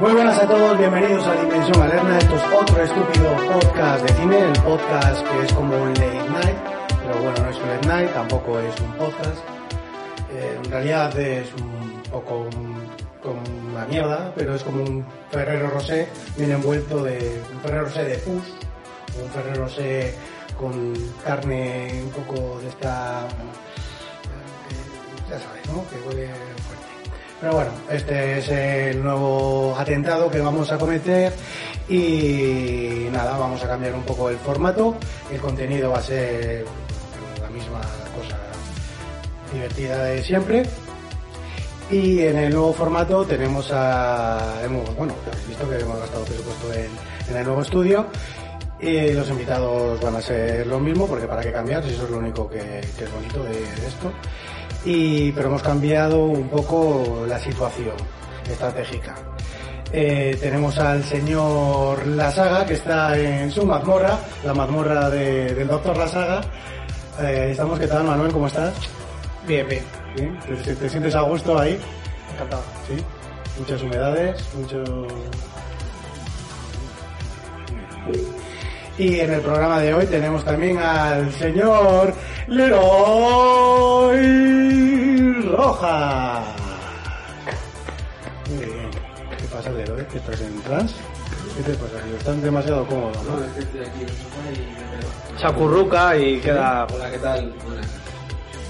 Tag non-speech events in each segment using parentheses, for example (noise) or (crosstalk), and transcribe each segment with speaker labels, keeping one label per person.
Speaker 1: Muy buenas a todos, bienvenidos a Dimensión Galerna. Esto es otro estúpido podcast de cine, el podcast que es como un late night, pero bueno, no es un late night, tampoco es un podcast. Eh, en realidad es un poco un- como una mierda, pero es como un Ferrero Rosé bien envuelto de un Ferrero Rosé de pus, un Ferrero Rosé con carne un poco de esta que ya sabes, ¿no? Que huele fuerte. Pero bueno, este es el nuevo atentado que vamos a cometer y nada, vamos a cambiar un poco el formato. El contenido va a ser la misma cosa divertida de siempre. Y en el nuevo formato tenemos a... hemos- bueno, habéis visto que hemos gastado presupuesto en, en el nuevo estudio. Y los invitados van a ser lo mismo, porque para qué cambiar, si eso es lo único que, que es bonito de, de esto. Y, pero hemos cambiado un poco la situación estratégica. Eh, tenemos al señor La Saga, que está en su mazmorra, la mazmorra de- del doctor La Saga. Eh, estamos, ¿qué tal, Manuel? ¿Cómo estás?
Speaker 2: Bien, bien.
Speaker 1: ¿Sí? ¿Te, te- te sientes a gusto ahí?
Speaker 2: Encantado.
Speaker 1: Sí. Muchas humedades, mucho... Y en el programa de hoy tenemos también al señor Leroy Roja. Muy bien. ¿Qué pasa, Leroy? ¿Que estás en trans? ¿Qué te pasa? Estás demasiado cómodo, ¿no?
Speaker 2: Se acurruca y queda.
Speaker 3: Hola, ¿qué tal?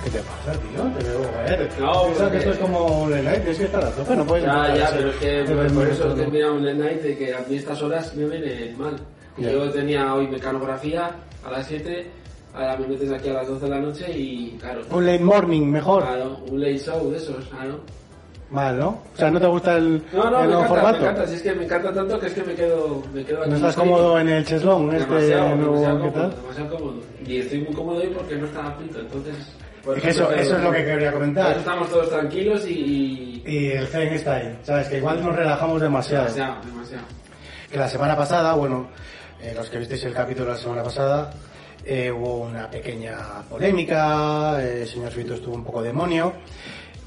Speaker 1: ¿Qué te pasa, tío? Te veo, joder.
Speaker 3: No,
Speaker 1: Piensa que
Speaker 3: porque-
Speaker 1: esto es como un live, tienes que estar a tope, no puedes...
Speaker 3: Ah, Ya, ya,
Speaker 1: Sí.
Speaker 3: pero es que pues,
Speaker 1: Te ves
Speaker 3: por
Speaker 1: muy
Speaker 3: eso te
Speaker 1: retorno.
Speaker 3: he mirado un late night de que a mí estas horas me vienen mal. Y
Speaker 1: Ya.
Speaker 3: Yo tenía hoy mecanografía a las 7, ahora me metes aquí a las 12 de la noche y claro,
Speaker 1: Un late morning, mejor.
Speaker 3: claro un late show de esos, claro.
Speaker 1: Mal, ¿no? O sea, ¿no te gusta el,
Speaker 3: No, no,
Speaker 1: el nuevo
Speaker 3: me encanta,
Speaker 1: formato?
Speaker 3: me encanta, si es que me encanta tanto que es que me quedo, me quedo aquí.
Speaker 1: ¿No estás
Speaker 3: Estoy
Speaker 1: cómodo en el cheslón, este
Speaker 3: demasiado, demasiado
Speaker 1: nuevo? ¿Qué
Speaker 3: cómodo,
Speaker 1: tal?
Speaker 3: demasiado cómodo. Y estoy muy cómodo hoy porque no estaba pinto, entonces... por
Speaker 1: Es que eso,
Speaker 3: ejemplo,
Speaker 1: eso es lo que
Speaker 3: pero-
Speaker 1: quería
Speaker 3: por eso
Speaker 1: comentar.
Speaker 3: Estamos todos tranquilos y... y-
Speaker 1: Y el zen está ahí. Sabes que igual nos relajamos demasiado.
Speaker 3: Demasiado, demasiado.
Speaker 1: que la semana pasada, bueno, eh, los que visteis el capítulo la semana pasada, eh, hubo una pequeña polémica, eh, el señor Fito estuvo un poco demonio,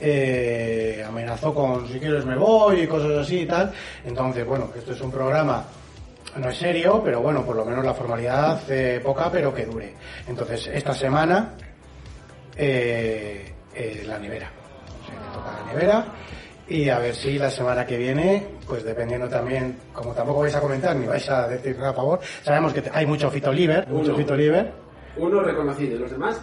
Speaker 1: eh, amenazó con si quieres me voy y cosas así y tal. Entonces, bueno, esto es un programa, no es serio, pero bueno, por lo menos la formalidad eh, poca, pero que dure. Entonces, esta semana eh, eh, la nevera. O sea, le toca la nevera. Y a ver si la semana que viene, pues dependiendo también, como tampoco vais a comentar ni vais a decir nada a favor, sabemos que te- hay mucho Fito Liver, mucho
Speaker 3: Uno.
Speaker 1: Fito Liver.
Speaker 3: Uno reconocido, los demás,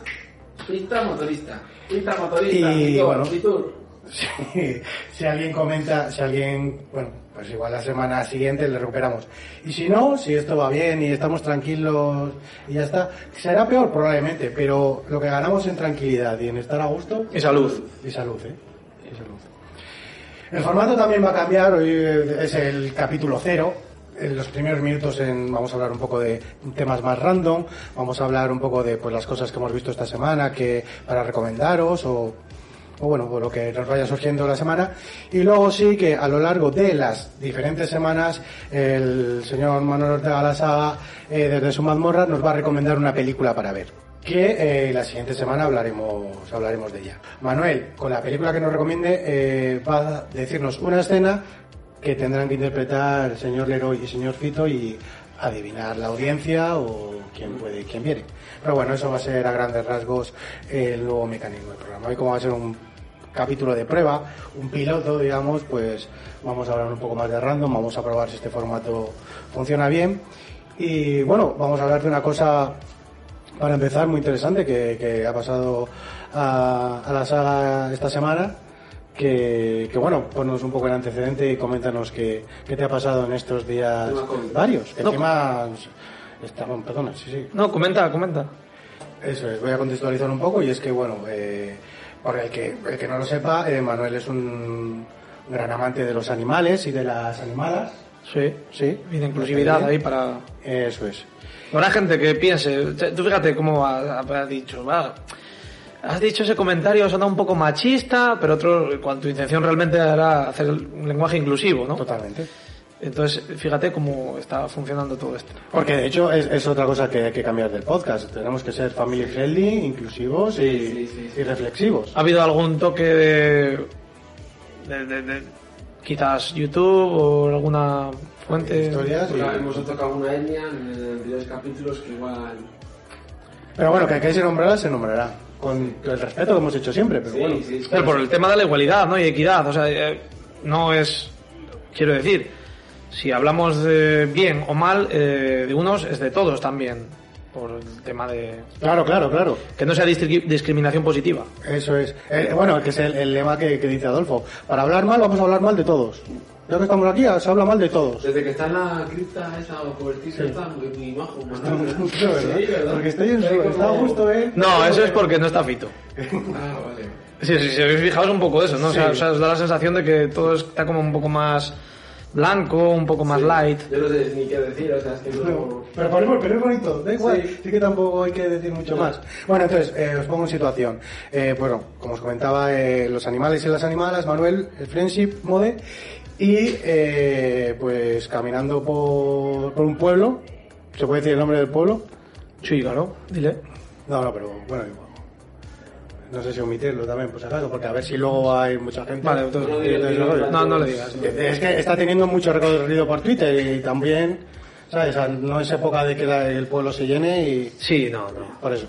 Speaker 3: pinta motorista, pinta motorista,
Speaker 1: Y,
Speaker 3: pintor,
Speaker 1: bueno.
Speaker 3: pintor.
Speaker 1: si, si alguien comenta, si alguien, bueno, pues igual la semana siguiente le recuperamos. Y si no, si esto va bien y estamos tranquilos y ya está, será peor probablemente, pero lo que ganamos en tranquilidad y en estar a gusto
Speaker 2: Y salud.
Speaker 1: Y salud, ¿eh? Y salud. El formato también va a cambiar, hoy eh, es el capítulo cero. En los primeros minutos en- vamos a hablar un poco de temas más random, vamos a hablar un poco de pues, las cosas que hemos visto esta semana que para recomendaros o, o bueno, o lo que nos vaya surgiendo la semana. Y luego sí que a lo largo de las diferentes semanas el señor Manuel Ortega La Saga eh, desde su mazmorra nos va a recomendar una película para ver que eh, la siguiente semana hablaremos hablaremos de ella. Manuel, con la película que nos recomiende, eh, va a decirnos una escena que tendrán que interpretar el señor Leroy y el señor Fito y adivinar la audiencia o quién puede y quién viene. Pero bueno, eso va a ser a grandes rasgos el nuevo mecanismo del programa. Hoy como va a ser un capítulo de prueba, un piloto, digamos, pues vamos a hablar un poco más de random, vamos a probar si este formato funciona bien. Y bueno, vamos a hablar de una cosa para empezar, muy interesante que, que ha pasado a, a la saga esta semana. Que, que, bueno, ponnos un poco el antecedente y coméntanos qué, qué te ha pasado en estos días
Speaker 3: Tema COVID.
Speaker 1: varios. Que
Speaker 2: No.
Speaker 1: encima está- bueno, perdona, sí, sí.
Speaker 2: No, comenta, comenta.
Speaker 1: Eso es, voy a contextualizar un poco y es que, bueno, eh, para el que, el que no lo sepa, eh, Manuel es un gran amante de los animales y de las animadas.
Speaker 2: Sí.
Speaker 1: Sí.
Speaker 2: Y de inclusividad ahí para.
Speaker 1: Eso es.
Speaker 2: Habrá gente que piense. te- Tú fíjate cómo ha- habrá dicho. va, Has dicho ese comentario, ha dado un poco machista, pero otro, cuando tu intención realmente era hacer un lenguaje inclusivo, ¿no?
Speaker 1: Totalmente.
Speaker 2: Entonces, fíjate cómo está funcionando todo esto.
Speaker 1: Porque de hecho es, es otra cosa que hay que cambiar del podcast. Tenemos que ser family friendly, inclusivos y,
Speaker 3: Sí, Ah, sí, sí, sí.
Speaker 1: y reflexivos.
Speaker 2: ¿Ha habido algún toque de, de, de- de quizás YouTube o alguna fuente.
Speaker 1: Historias y-
Speaker 3: Porque eh, Pues hemos tocado una etnia en anteriores capítulos que igual.
Speaker 1: Pero bueno, que aquí se nombrará, se nombrará. Con el respeto que hemos hecho siempre, pero
Speaker 3: Sí,
Speaker 1: bueno.
Speaker 3: sí, sí.
Speaker 2: Pero por el tema de la igualdad, ¿no? Y equidad, o sea, eh, no es, quiero decir, si hablamos de bien o mal eh, de unos, es de todos también, por el tema de...
Speaker 1: Claro, claro, claro.
Speaker 2: Que no sea distri- discriminación positiva.
Speaker 1: Eso es. Eh, bueno, que es el, el lema que, que dice Adolfo. Para hablar mal, vamos a hablar mal de todos. Ya que estamos aquí, se habla mal de todos.
Speaker 3: Desde que está en la cripta esa o cobertiza está muy, muy majo, ¿no?
Speaker 1: Justo, ¿verdad?
Speaker 3: Sí, ¿verdad?
Speaker 1: Porque estoy en su,
Speaker 3: como-
Speaker 1: está a gusto, ¿eh?
Speaker 2: No, eso es porque no está fito.
Speaker 3: Ah, vale.
Speaker 2: Sí, sí, si habéis fijado es un poco eso, ¿no? O, sea,
Speaker 1: Sí.
Speaker 2: o sea, os da la sensación de que todo está como un poco más blanco, un poco más light.
Speaker 3: Yo no sé ni qué decir, o sea, es que no.
Speaker 1: Pero, pero ponemos, pero es bonito, da igual, sí.
Speaker 3: Sí.
Speaker 1: que tampoco hay que decir mucho más. Bueno, entonces, eh, os pongo en situación. Eh, bueno, como os comentaba, eh, los animales y las animalas, Manuel, el Friendship Mode, y eh, pues caminando por, por un pueblo, ¿se puede decir el nombre del pueblo?
Speaker 2: Sí, claro, dile.
Speaker 1: No, no, pero bueno, igual. No sé si omitirlo también, pues acaso, porque a ver si luego hay mucha gente.
Speaker 2: Vale, entonces- eh,
Speaker 3: No digas,
Speaker 1: Entonces,
Speaker 3: digas,
Speaker 1: rollo.
Speaker 2: No, no le digas.
Speaker 1: Es que está teniendo mucho recorrido por Twitter y también, ¿sabes? O sea, no es época de que la- el pueblo se llene y
Speaker 2: Sí, no, no.
Speaker 1: por eso.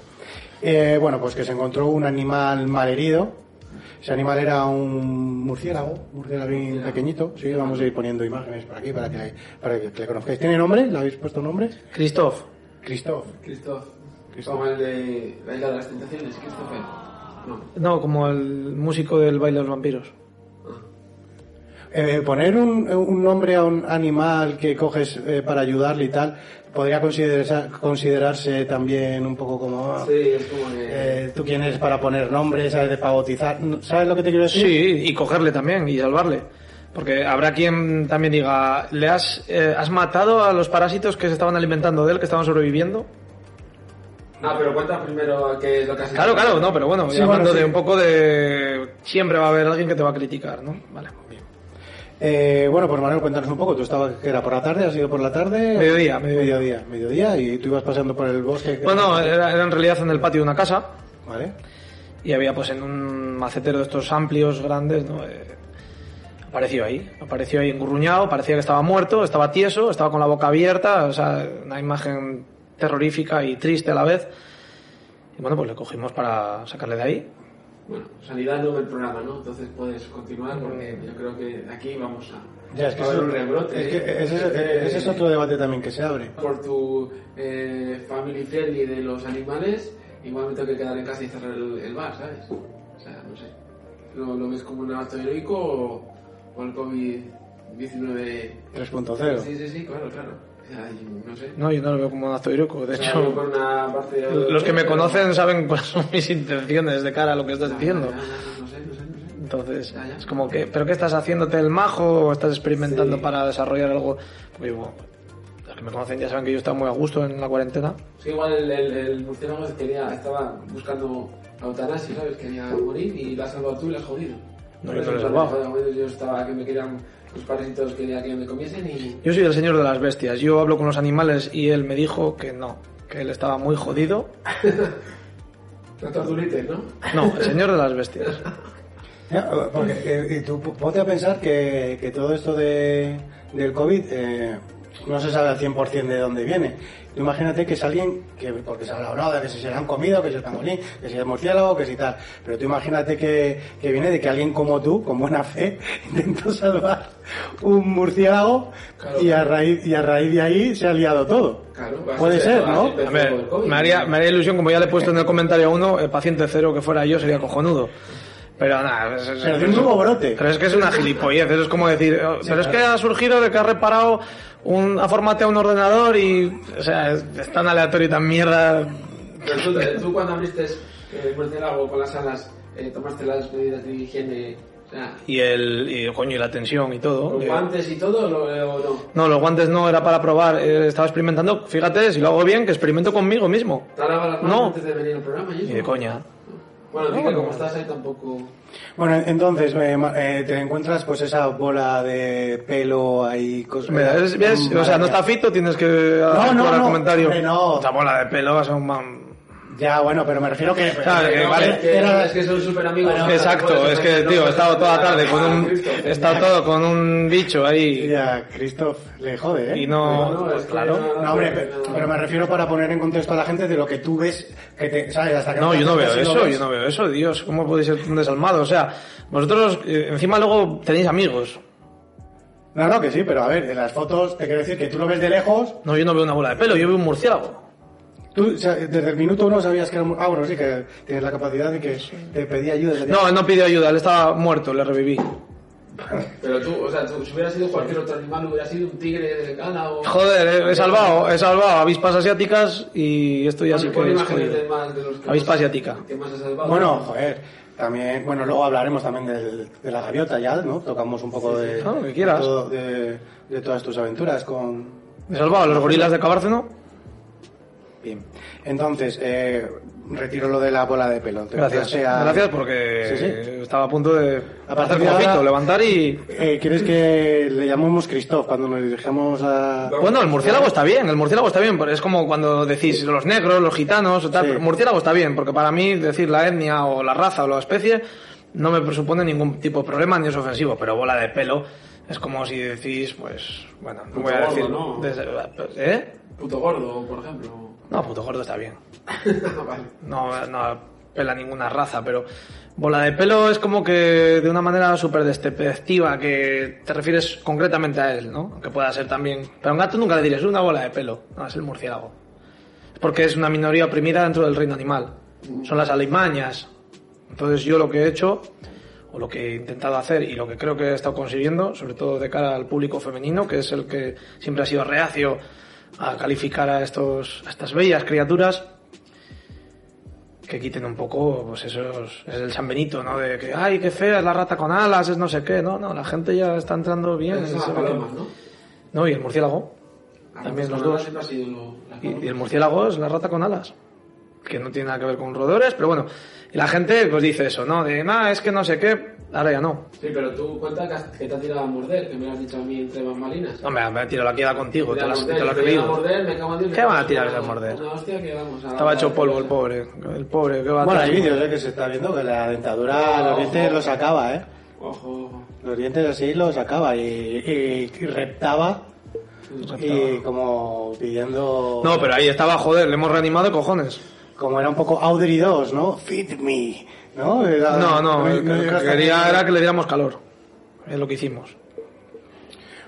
Speaker 1: Eh, bueno, pues que se encontró un animal malherido. Ese animal era un murciélago, un murciélago bien pequeñito. Sí, vamos a ir poniendo imágenes por aquí para que, para que le conozcáis. ¿Tiene nombre? ¿Le habéis puesto nombre?
Speaker 2: Christoph,
Speaker 1: Christoph.
Speaker 3: Christoph.
Speaker 1: Christoph.
Speaker 3: Como el de la isla de las tentaciones, Christopher. No.
Speaker 2: no, como el músico del baile de los vampiros.
Speaker 1: Eh, poner un, un nombre a un animal que coges eh, para ayudarle y tal, podría considerarse, considerarse también un poco como... ah,
Speaker 3: Sí, es como que.
Speaker 1: eh, ¿Tú quién eres para poner nombres, sabes, de para bautizar? ¿Sabes lo que te quiero decir?
Speaker 2: Sí, y cogerle también y salvarle. Porque habrá quien también diga, ¿le has, eh, has matado a los parásitos que se estaban alimentando de él, que estaban sobreviviendo?
Speaker 3: Ah, pero cuenta primero qué es lo que has
Speaker 2: Claro,
Speaker 3: hecho.
Speaker 2: claro, no, pero bueno,
Speaker 1: Sí,
Speaker 2: hablando
Speaker 1: bueno, sí.
Speaker 2: de un poco de... Siempre va a haber alguien que te va a criticar, ¿no? Vale.
Speaker 1: Eh, bueno, pues Manuel, cuéntanos un poco. ¿Tú estabas, que era por la tarde? ¿Has ido por la tarde?
Speaker 2: Mediodía, mediodía.
Speaker 1: Mediodía, mediodía. ¿Y tú ibas pasando por el bosque?
Speaker 2: Bueno, eh, era, era en realidad en el patio de una casa
Speaker 1: Vale.
Speaker 2: y había pues en un macetero de estos amplios, grandes, ¿no? Eh, apareció ahí, apareció ahí engurruñado, parecía que estaba muerto, estaba tieso, estaba con la boca abierta, o sea, una imagen terrorífica y triste a la vez. Y bueno, pues le cogimos para sacarle de ahí.
Speaker 3: Bueno, sanidad no ve el programa, ¿no? Entonces puedes continuar porque yo creo que aquí vamos a.
Speaker 1: Ya, es que,
Speaker 3: va a haber
Speaker 1: eso-
Speaker 3: un rebrote.
Speaker 1: es que
Speaker 3: ¿eh?
Speaker 1: ese, es-
Speaker 3: Eh,
Speaker 1: ese es otro debate también que se abre.
Speaker 3: Por tu eh, family friendly de los animales, igual me tengo que quedar en casa y cerrar el, el bar, ¿sabes? O sea, no sé. ¿Lo, lo ves como un acto heroico o, o el COVID-19?
Speaker 1: 3.0.
Speaker 3: Sí, sí, sí, claro, claro. O sea, y no sé.
Speaker 2: No, yo no lo veo como un acto heroico, de
Speaker 3: O sea, yo
Speaker 2: hecho...
Speaker 3: con una parte de-
Speaker 2: Los que me
Speaker 3: pero-
Speaker 2: conocen saben cuáles son mis intenciones de cara a lo que estás
Speaker 3: Ah,
Speaker 2: diciendo.
Speaker 3: ah, ah, No sé, no sé, no sé.
Speaker 2: Entonces,
Speaker 3: Ya, ya.
Speaker 2: es como que, ¿pero qué estás haciéndote el majo o estás experimentando
Speaker 3: Sí.
Speaker 2: para desarrollar algo? Porque bueno, los que me conocen ya saben que yo estaba muy a gusto en la cuarentena.
Speaker 3: Es que igual el, el, el murciélago quería, estaba buscando la eutanasia, ¿sabes? Quería morir y la has salvado tú y la has jodido.
Speaker 2: No,
Speaker 3: Por
Speaker 2: yo no
Speaker 3: eso
Speaker 2: la he
Speaker 3: yo
Speaker 2: salvado.
Speaker 3: estaba- Yo estaba que me querían, los parásitos quería que me comiesen y...
Speaker 2: Yo soy el señor de las bestias, yo hablo con los animales y él me dijo que no, que él estaba muy jodido.
Speaker 3: La torturites, ¿no?
Speaker 2: No, el señor de las bestias.
Speaker 1: Ya, Porque, eh, y tú ponte a pensar que, que todo esto de, del COVID eh, no se sabe al 100% de dónde viene. Tú imagínate que es alguien que, porque se ha hablado de que si se la han comido, que si es pangolín, que si es murciélago, que si tal. Pero tú imagínate que, que viene de que alguien como tú, con buena fe, (laughs) intentó salvar un murciélago
Speaker 3: Claro.
Speaker 1: y, a raíz, y a raíz de ahí se ha liado todo.
Speaker 3: Claro. vas a
Speaker 1: Puede ser,
Speaker 3: vas
Speaker 1: ¿no?
Speaker 3: empezar
Speaker 2: A
Speaker 3: con el
Speaker 2: ver,
Speaker 3: COVID.
Speaker 2: me haría, me haría ilusión, como ya le he puesto en el comentario a uno, el paciente cero que fuera yo sería cojonudo. Pero nada, es- es-
Speaker 1: Pero de un nuevo brote.
Speaker 2: Pero es que es una gilipollez, eso es como decir, oh, pero es que ha surgido de que has reparado un, ha formateado un ordenador y, o sea, es, es tan aleatorio y tan mierda.
Speaker 3: Pero tú, eh, tú cuando abriste eh, el murciélago con las alas, eh, tomaste las medidas de higiene, o sea,
Speaker 2: Y el, y, coño, y la tensión y todo.
Speaker 3: con
Speaker 2: Eh,
Speaker 3: guantes y todo, ¿no? Eh, ¿o no?
Speaker 2: No, los guantes no era para probar, eh, estaba experimentando, fíjate, si lo hago bien, que experimento conmigo mismo.
Speaker 3: ¿Te lavas las manos
Speaker 2: No.
Speaker 3: antes de venir al programa? y
Speaker 2: Y
Speaker 3: eso?
Speaker 2: de coña.
Speaker 3: Bueno,
Speaker 2: No,
Speaker 3: tú que
Speaker 2: no.
Speaker 3: como estás ahí tampoco...
Speaker 1: Bueno, entonces eh, ma- eh, te encuentras pues esa bola de pelo ahí. cos-
Speaker 2: Mira, es- ves, O sea, no está fito, tienes que
Speaker 1: Eh, no,
Speaker 2: actuar al
Speaker 1: no,
Speaker 2: comentario.
Speaker 1: hombre, no.
Speaker 2: Esa bola de pelo, es un man...
Speaker 1: Ya, bueno, pero me refiero que...
Speaker 2: Claro, que
Speaker 1: pero-
Speaker 2: vale.
Speaker 3: es que,
Speaker 1: era-
Speaker 3: es que son súper amigos.
Speaker 1: Bueno,
Speaker 2: Exacto, es que, tío, he estado toda la tarde con un, he estado todo con un bicho ahí
Speaker 1: Ya, Christoph, le jode, ¿eh?
Speaker 2: y no,
Speaker 3: No,
Speaker 2: pues
Speaker 3: es que
Speaker 2: claro.
Speaker 1: No, hombre, pe- pero me refiero para poner en contexto a la gente de lo que tú ves, que te, ¿sabes? Hasta que
Speaker 2: No,
Speaker 1: te
Speaker 2: yo no veo
Speaker 1: acercas y lo
Speaker 2: eso,
Speaker 1: ves.
Speaker 2: yo no veo eso, Dios, ¿cómo podéis ser tan desalmados? O sea, vosotros eh, encima luego tenéis amigos.
Speaker 1: No, no, que sí, pero a ver, de las fotos te quiero decir que tú lo ves de lejos,
Speaker 2: No, yo no veo una bola de pelo, yo veo un murciélago.
Speaker 1: tú o sea, desde el minuto uno sabías que era... mu- Ah, bueno, sí, que tienes la capacidad de que te pedía ayuda. te-
Speaker 2: No, él no pidió ayuda, él estaba muerto, le reviví.
Speaker 3: Pero tú, o sea, tú, si hubiera sido cualquier otro animal, hubiera sido un tigre de Ghana o...
Speaker 2: Joder, he- he salvado, he salvado avispas asiáticas y esto ya
Speaker 3: Pon-
Speaker 2: sí
Speaker 3: pon
Speaker 1: pues
Speaker 2: que es
Speaker 3: imágenes
Speaker 2: jodido.
Speaker 3: de más de los que
Speaker 2: Avispa
Speaker 3: más-
Speaker 2: asiática.
Speaker 3: que más has salvado.
Speaker 1: Bueno, joder, también, bueno, luego hablaremos también del- de la gaviota ya, ¿no? Tocamos un poco de,
Speaker 2: Ah, lo que quieras.
Speaker 1: de todo- de- de todas tus aventuras con,
Speaker 2: He salvado a los gorilas de Cabárceno.
Speaker 1: Bien. Entonces, eh, retiro lo de la bola de pelo. Te
Speaker 2: Gracias.
Speaker 1: pasé a-
Speaker 2: Gracias porque
Speaker 1: Sí, sí.
Speaker 2: estaba a punto de
Speaker 1: A partir
Speaker 2: hacer
Speaker 1: de ahora-
Speaker 2: mojito, levantar y...
Speaker 1: Eh, ¿Quieres que le llamemos Christoph cuando nos dirigamos a...?
Speaker 2: Bueno, el murciélago está bien, el murciélago está bien, pero es como cuando decís los negros, los gitanos, o tal,
Speaker 1: Sí.
Speaker 2: pero el murciélago está bien, porque para mí decir la etnia o la raza o la especie no me presupone ningún tipo de problema ni es ofensivo, pero bola de pelo es como si decís, pues, bueno, no voy a
Speaker 3: gordo,
Speaker 2: decir...
Speaker 3: ¿no?
Speaker 2: des- ¿Eh?
Speaker 3: Puto gordo, por
Speaker 2: (laughs)
Speaker 3: ejemplo. Ah,
Speaker 2: No, puto gordo está bien.
Speaker 3: vale.
Speaker 2: no, no pela ninguna raza, pero bola de pelo es como que de una manera súper despectiva que te refieres concretamente a él, ¿no? Que pueda ser también... Pero a un gato nunca le dirías, es una bola de pelo, no, es el murciélago. Es porque es una minoría oprimida dentro del reino animal. Son las alimañas. Entonces yo lo que he hecho, o lo que he intentado hacer y lo que creo que he estado consiguiendo, sobre todo de cara al público femenino, que es el que siempre ha sido reacio a calificar a, estos, a estas bellas criaturas, que quiten un poco, pues esos, es el San Benito, ¿no? De que, ay, qué fea es la rata con alas, es no sé qué, no, no, la gente ya está entrando bien.
Speaker 3: Esas son
Speaker 2: en
Speaker 3: las
Speaker 2: ese
Speaker 3: palomas,
Speaker 2: rollo.
Speaker 3: ¿no?
Speaker 2: No, y el murciélago.
Speaker 3: Las
Speaker 2: También
Speaker 3: ratas
Speaker 2: los
Speaker 3: con alas siempre
Speaker 2: dos.
Speaker 3: ha sido lo- las
Speaker 2: Y, y el
Speaker 3: palomas.
Speaker 2: murciélago es la rata con alas. Que no tiene nada que ver con roedores, pero bueno. Y la gente pues dice eso, ¿no? De nada, es que no sé qué. Ahora ya no.
Speaker 3: Sí, pero tú cuenta que, has- que te ha tirado a morder, que me lo has dicho a mí entre bambalinas.
Speaker 2: No, me, me he tirado la queda contigo,
Speaker 3: Te
Speaker 2: te
Speaker 3: ha
Speaker 2: lo has-
Speaker 3: morder,
Speaker 2: te lo has
Speaker 3: te ha ido a
Speaker 2: creído.
Speaker 3: morder, me cago en Dios, me
Speaker 2: ¿Qué
Speaker 3: cago
Speaker 2: va a
Speaker 3: en
Speaker 2: tirar
Speaker 3: una-
Speaker 2: a morder?
Speaker 3: Una hostia que vamos a...
Speaker 2: Estaba hecho polvo el pobre. El pobre, que va a
Speaker 1: Bueno, hay
Speaker 2: hacer?
Speaker 1: vídeos eh, que se está viendo que la dentadura, los dientes los sacaba, ¿eh?
Speaker 3: Ojo, ojo.
Speaker 1: Los dientes así los sacaba y, y- y reptaba y como pidiendo...
Speaker 2: No, pero ahí estaba, joder, le hemos reanimado cojones.
Speaker 1: Como era un poco Audrey 2, ¿no? Feed me, ¿no? Era-
Speaker 2: No, no, el-
Speaker 1: no
Speaker 2: el
Speaker 1: llegaste
Speaker 2: que
Speaker 1: a-
Speaker 2: quería era que le diéramos calor. Es lo que hicimos.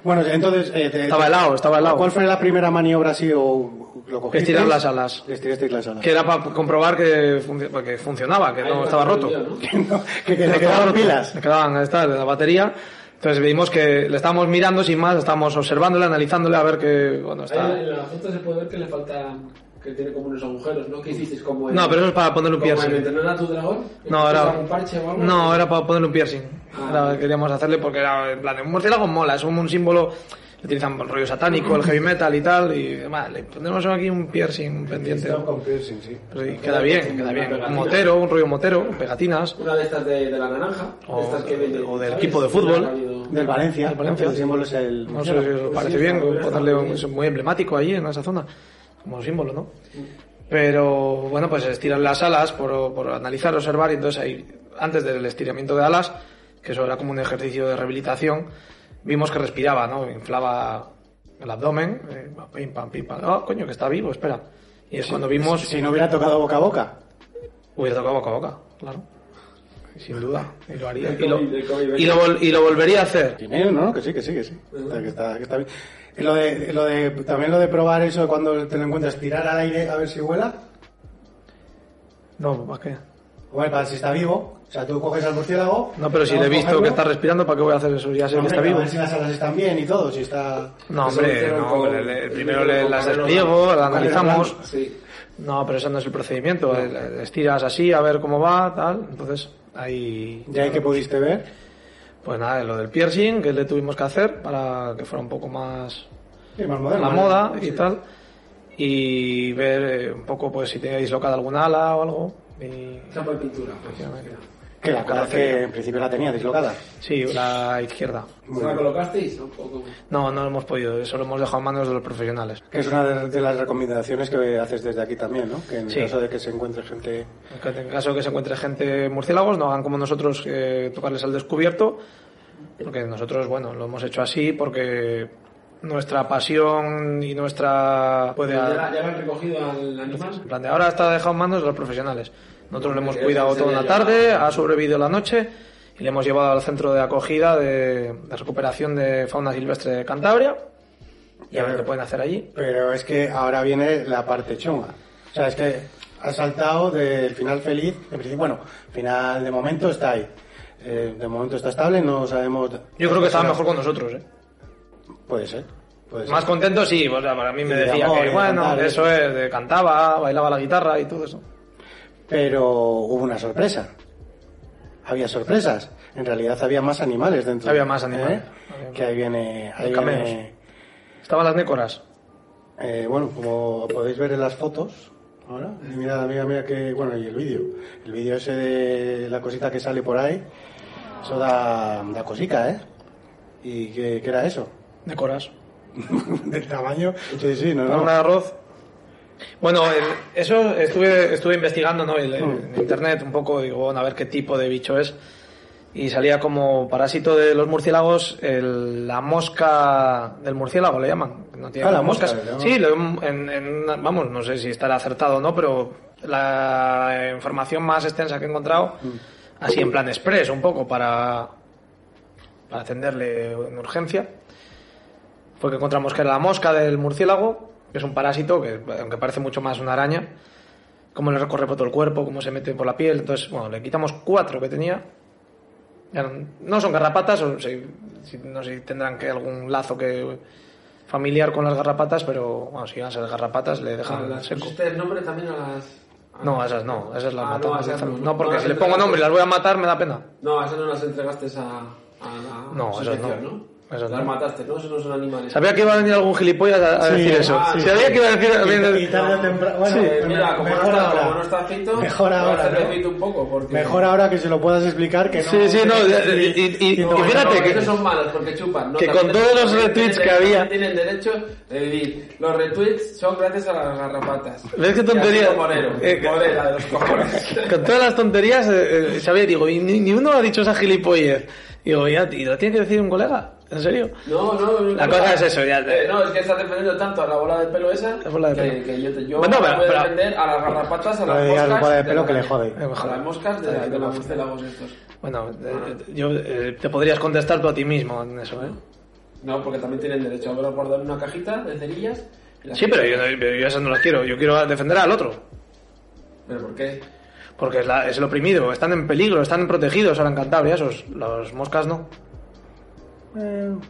Speaker 1: Bueno, entonces... eh, te-
Speaker 2: Estaba helado, estaba helado.
Speaker 1: ¿Cuál fue la primera maniobra así o lo cogiste?
Speaker 2: Estirar las alas.
Speaker 1: Estirasteis las alas.
Speaker 2: Que era para comprobar que, func- que funcionaba, que
Speaker 3: Ahí
Speaker 2: no
Speaker 3: fue
Speaker 2: estaba
Speaker 3: cuando
Speaker 2: roto.
Speaker 3: yo, ¿no?
Speaker 1: Que (laughs) no, que, que le
Speaker 2: No estaba
Speaker 1: quedaban
Speaker 2: roto.
Speaker 1: pilas.
Speaker 2: Le quedaban, ahí está, la batería. Entonces vimos que le estábamos mirando sin más, estábamos observándole, analizándole a ver que, bueno, está...
Speaker 3: Ahí en la foto se puede ver que le falta... Que tiene como unos agujeros, ¿no? Que hicisteis como... el-
Speaker 2: No, pero eso es para ponerle un
Speaker 3: como el
Speaker 2: piercing.
Speaker 3: de entrenar a tu dragón. que
Speaker 2: No,
Speaker 3: pusiste
Speaker 2: era...
Speaker 3: algún parche o algo.
Speaker 2: No, era para ponerle un piercing.
Speaker 3: Ah.
Speaker 2: Era- queríamos hacerle porque era en plan de un murciélago mola, es un, un símbolo... Le utilizan el rollo satánico, el heavy metal y tal, y vale, le ponemos aquí un piercing un pendiente.
Speaker 1: Con piercing, sí.
Speaker 2: Pero sí, queda bien, queda bien. Un motero, un rollo motero, pegatinas.
Speaker 3: Una de estas de, de la naranja.
Speaker 2: O-
Speaker 3: estas que venden,
Speaker 2: o del
Speaker 3: ¿sabes?
Speaker 2: equipo de
Speaker 3: Que
Speaker 2: fútbol.
Speaker 3: ha habido-
Speaker 1: Del Valencia.
Speaker 2: Del Valencia.
Speaker 1: El símbolo es el...
Speaker 2: No sé si os parece
Speaker 3: sí,
Speaker 2: bien,
Speaker 3: está bien,
Speaker 2: ponerle
Speaker 3: está
Speaker 2: un,
Speaker 3: bien.
Speaker 2: es muy emblemático allí en esa zona, como símbolo, ¿no? Pero bueno, pues estiran las alas por, por analizar, observar, y entonces ahí, antes del estiramiento de alas, que eso era como un ejercicio de rehabilitación, vimos que respiraba, ¿no? Inflaba el abdomen, eh, pim, pam, pim, pam. Ah, coño, que está vivo, espera. Y es cuando vimos.
Speaker 1: Si no hubiera tocado boca a boca.
Speaker 2: Hubiera tocado boca a boca, claro. Sin duda. Y lo haría.
Speaker 3: El
Speaker 2: Y lo,
Speaker 3: COVID, el COVID,
Speaker 2: y lo vol- y lo volvería a hacer.
Speaker 1: Tiene, ¿no? Que sí, que sí, que sí. O sea, que está, que está bien. Y Lo de, lo de, también lo de probar eso de cuando te lo encuentras, tirar al aire a ver si vuela.
Speaker 2: No, ¿para qué?
Speaker 1: Bueno, para si está vivo. O sea, tú coges al murciélago.
Speaker 2: No, pero si
Speaker 1: vamos
Speaker 2: le he
Speaker 1: a
Speaker 2: visto
Speaker 1: cogerlo.
Speaker 2: que está respirando, ¿para qué voy a hacer eso? Ya sé
Speaker 1: No, hombre,
Speaker 2: que está vivo.
Speaker 1: A ver si las alas están bien y todo, si está...
Speaker 2: No,
Speaker 3: Eso lo
Speaker 2: hombre,
Speaker 3: hicieron
Speaker 2: no.
Speaker 3: con-
Speaker 2: le- le-
Speaker 3: lo
Speaker 2: primero
Speaker 3: hicieron
Speaker 2: le-
Speaker 3: con
Speaker 2: las
Speaker 3: Carlos
Speaker 2: despliego, las
Speaker 1: Carlos
Speaker 2: analizamos.
Speaker 3: Sí.
Speaker 2: No, pero ese no es el procedimiento. eh, le- Estiras así a ver cómo va, tal. Entonces, ahí.
Speaker 1: Ya que pudiste ver.
Speaker 2: Pues nada, lo del piercing que le tuvimos que hacer para que fuera un poco más
Speaker 1: Sí, más
Speaker 2: a
Speaker 1: moderno.
Speaker 2: la moda y tal. Y ver eh, un poco pues si tenía dislocada alguna ala o algo. Y
Speaker 3: Chapa de pintura. pues.
Speaker 2: Efectivamente.
Speaker 1: Que la cara que en principio la tenía dislocada.
Speaker 2: Sí, la izquierda.
Speaker 3: ¿Se la colocasteis? ¿O cómo?
Speaker 2: No, no lo hemos podido, eso lo hemos dejado en manos de los profesionales.
Speaker 1: Que es una de, de las recomendaciones que haces desde aquí también, ¿no? Que en
Speaker 2: Sí.
Speaker 1: caso de que se encuentre gente...
Speaker 2: En caso de que se encuentre gente murciélagos, no hagan como nosotros eh, tocarles al descubierto, porque nosotros, bueno, lo hemos hecho así porque nuestra pasión y nuestra... Puede,
Speaker 3: Ya, la- ya habéis recogido al animal.
Speaker 2: En plan de ahora está dejado en manos de los profesionales. Nosotros le hemos
Speaker 3: Porque
Speaker 2: cuidado
Speaker 3: ese
Speaker 2: toda
Speaker 3: sería
Speaker 2: una
Speaker 3: yo.
Speaker 2: tarde, ha sobrevivido la noche y le hemos llevado al centro de acogida de, de recuperación de fauna silvestre de Cantabria y a ver qué pueden hacer allí.
Speaker 1: Pero es que ahora viene la parte chunga. O sea, es que ha saltado del final feliz, en principio, bueno, final de momento está ahí. Eh, de momento está estable, no sabemos...
Speaker 2: Yo
Speaker 3: Pues
Speaker 2: creo que estaba mejor con nosotros, ¿eh?
Speaker 1: Puede ser, puede ser.
Speaker 2: Más contento sí, o sea, para mí me
Speaker 1: Sí, de
Speaker 2: decía
Speaker 1: amor,
Speaker 2: que
Speaker 1: de
Speaker 2: bueno,
Speaker 1: cantar, ¿eh?
Speaker 2: que eso es, de cantaba, bailaba la guitarra y todo eso.
Speaker 1: Pero hubo una sorpresa. Había sorpresas. En realidad había más animales dentro. ¿Eh?
Speaker 2: Había más animales. Había
Speaker 1: Que ahí viene... Ahí
Speaker 2: Cameos.
Speaker 1: viene
Speaker 2: Estaban las nécoras.
Speaker 1: Eh, bueno, como podéis ver en las fotos, ahora, y mirad, amiga mía, que, bueno, y el vídeo, el vídeo ese de la cosita que sale por ahí, eso da, da cosica, ¿eh? ¿Y qué, qué era eso? (laughs)
Speaker 2: Nécoras.
Speaker 1: Del tamaño, sí, sí, no, no.
Speaker 2: Un arroz. Bueno, el- eso estuve, estuve investigando ¿no? El- el-
Speaker 1: Mm.
Speaker 2: en internet un poco, digo, bueno, a ver qué tipo de bicho es. Y salía como parásito de los murciélagos el- la mosca del murciélago, le llaman. No tiene
Speaker 1: Ah, la
Speaker 2: moscas.
Speaker 1: mosca, le
Speaker 2: Sí, lo- en- en- vamos, no sé si estará acertado o no, pero la información más extensa que he encontrado,
Speaker 1: Mm.
Speaker 2: así en plan express, un poco para, para atenderle en urgencia fue que encontramos que era la mosca del murciélago, que es un parásito que, aunque parece mucho más una araña, cómo le recorre por todo el cuerpo, cómo se mete por la piel. Entonces, bueno, le quitamos cuatro que tenía. Ya no, no son garrapatas, o si- si- no sé si tendrán que algún lazo que familiar con las garrapatas, pero bueno, si van a ser garrapatas, le dejan
Speaker 3: Las
Speaker 2: seco.
Speaker 3: Ah, pusiste el nombre también a las. a
Speaker 2: No, a
Speaker 3: las-
Speaker 2: esas no, a esas las
Speaker 3: Ah,
Speaker 2: matamos.
Speaker 3: No, a esas
Speaker 2: no,
Speaker 3: no, Ah,
Speaker 2: porque
Speaker 3: No, pues
Speaker 2: si le
Speaker 3: las
Speaker 2: pongo
Speaker 3: entregaste-
Speaker 2: nombre y las voy a matar, me da pena.
Speaker 3: No, a esas no las entregaste a, a la
Speaker 2: No, esas
Speaker 3: asociación,
Speaker 2: no.
Speaker 3: ¿no?
Speaker 2: Esas
Speaker 3: las
Speaker 2: no.
Speaker 3: mataste, ¿no? Esos no son animales.
Speaker 2: Sabía que iba a venir algún gilipollas a, a
Speaker 1: Sí,
Speaker 2: decir eso.
Speaker 3: ah, sí.
Speaker 2: Sabía que iba a decir...
Speaker 1: Y- y tarde o temprano- bueno,
Speaker 3: Eh,
Speaker 1: me-
Speaker 3: mira, como,
Speaker 1: mejor
Speaker 3: no está,
Speaker 1: ahora.
Speaker 3: como no está frito,
Speaker 1: Mejor ahora,
Speaker 3: te
Speaker 1: ¿no?
Speaker 3: un poco. Porque...
Speaker 1: Mejor ahora que se lo puedas explicar que no.
Speaker 2: Sí, sí, no, y- y- y-
Speaker 1: no,
Speaker 2: y fíjate
Speaker 3: no,
Speaker 2: que-
Speaker 3: esos son malos porque chupan. ¿no?
Speaker 2: que
Speaker 3: También
Speaker 2: con todos
Speaker 3: tienen-
Speaker 2: los
Speaker 3: también
Speaker 2: retweets
Speaker 3: tienen-
Speaker 2: que había-
Speaker 3: también Tienen derecho de vivir. Los retweets son gracias a las garrapatas.
Speaker 2: ¿Ves qué
Speaker 3: Y así
Speaker 2: tontería?
Speaker 3: como Morero,
Speaker 2: Eh, que-
Speaker 3: Morera de los cojones. (laughs)
Speaker 2: Con todas las tonterías, eh, eh, sabía, digo, y ni, ni uno ha dicho esa gilipollez. Digo, ya, y lo tiene que decir un colega, ¿en serio?
Speaker 3: No, no, no,
Speaker 2: La
Speaker 3: no,
Speaker 2: cosa
Speaker 3: no.
Speaker 2: es eso, ya.
Speaker 3: Eh, no, es que estás defendiendo tanto a la bola de pelo esa.
Speaker 2: La bola de
Speaker 3: que-
Speaker 2: pelo.
Speaker 3: Que, yo, te- yo
Speaker 2: Bueno, pero-
Speaker 3: voy a
Speaker 2: pero-
Speaker 3: defender a las garrapatas, a
Speaker 1: No
Speaker 3: las
Speaker 1: le
Speaker 3: moscas.
Speaker 1: digas bola de
Speaker 3: la
Speaker 1: pelo que le
Speaker 3: araña.
Speaker 1: jode.
Speaker 2: Eh,
Speaker 3: A
Speaker 2: ojalá.
Speaker 3: las moscas de, de los murciélagos estos.
Speaker 2: Bueno, eh, yo eh, te podrías contestar tú a ti mismo en eso, ¿eh?
Speaker 3: No, porque también tienen derecho a guardar en una cajita de cerillas. y las-
Speaker 2: Sí, pero yo, no- pero yo esas no las quiero, yo quiero defender al otro.
Speaker 3: ¿Pero por qué?
Speaker 2: Porque es, la- es el oprimido, están en peligro, están protegidos ahora en Cantabria, esos, los moscas no.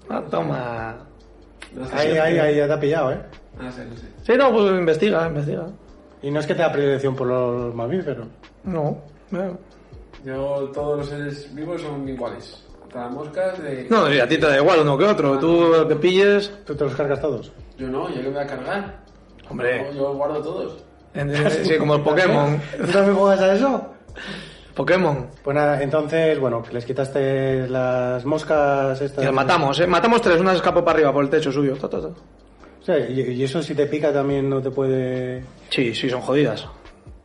Speaker 2: Ah, toma.
Speaker 3: No Ah, sé.
Speaker 1: Ahí, ahí, ahí, ya te ha pillado, ¿eh?
Speaker 3: No sé, no sé.
Speaker 2: Sí, no, pues investiga, investiga.
Speaker 1: Y no es que te da predilección por los mamíferos.
Speaker 2: No, eh. no.
Speaker 3: Yo, todos los seres vivos son iguales. Hasta las moscas de...
Speaker 2: No, y a ti te da igual uno que otro, tú el que pilles.
Speaker 1: ¿Tú te los cargas todos?
Speaker 3: Yo no, yo que voy a cargar.
Speaker 2: Hombre,
Speaker 3: Yo, yo guardo todos.
Speaker 2: (laughs) sí, como el Pokémon.
Speaker 1: ¿Tú también juegas a eso?
Speaker 2: Pokémon.
Speaker 1: Pues nada, entonces, bueno, que les quitaste las moscas estas.
Speaker 2: Y las matamos, ¿eh? Matamos tres, una se escapó para arriba por el techo suyo. Ta, ta, ta.
Speaker 1: Sí, y, y eso si te pica también no te puede...
Speaker 2: Sí, sí, son jodidas.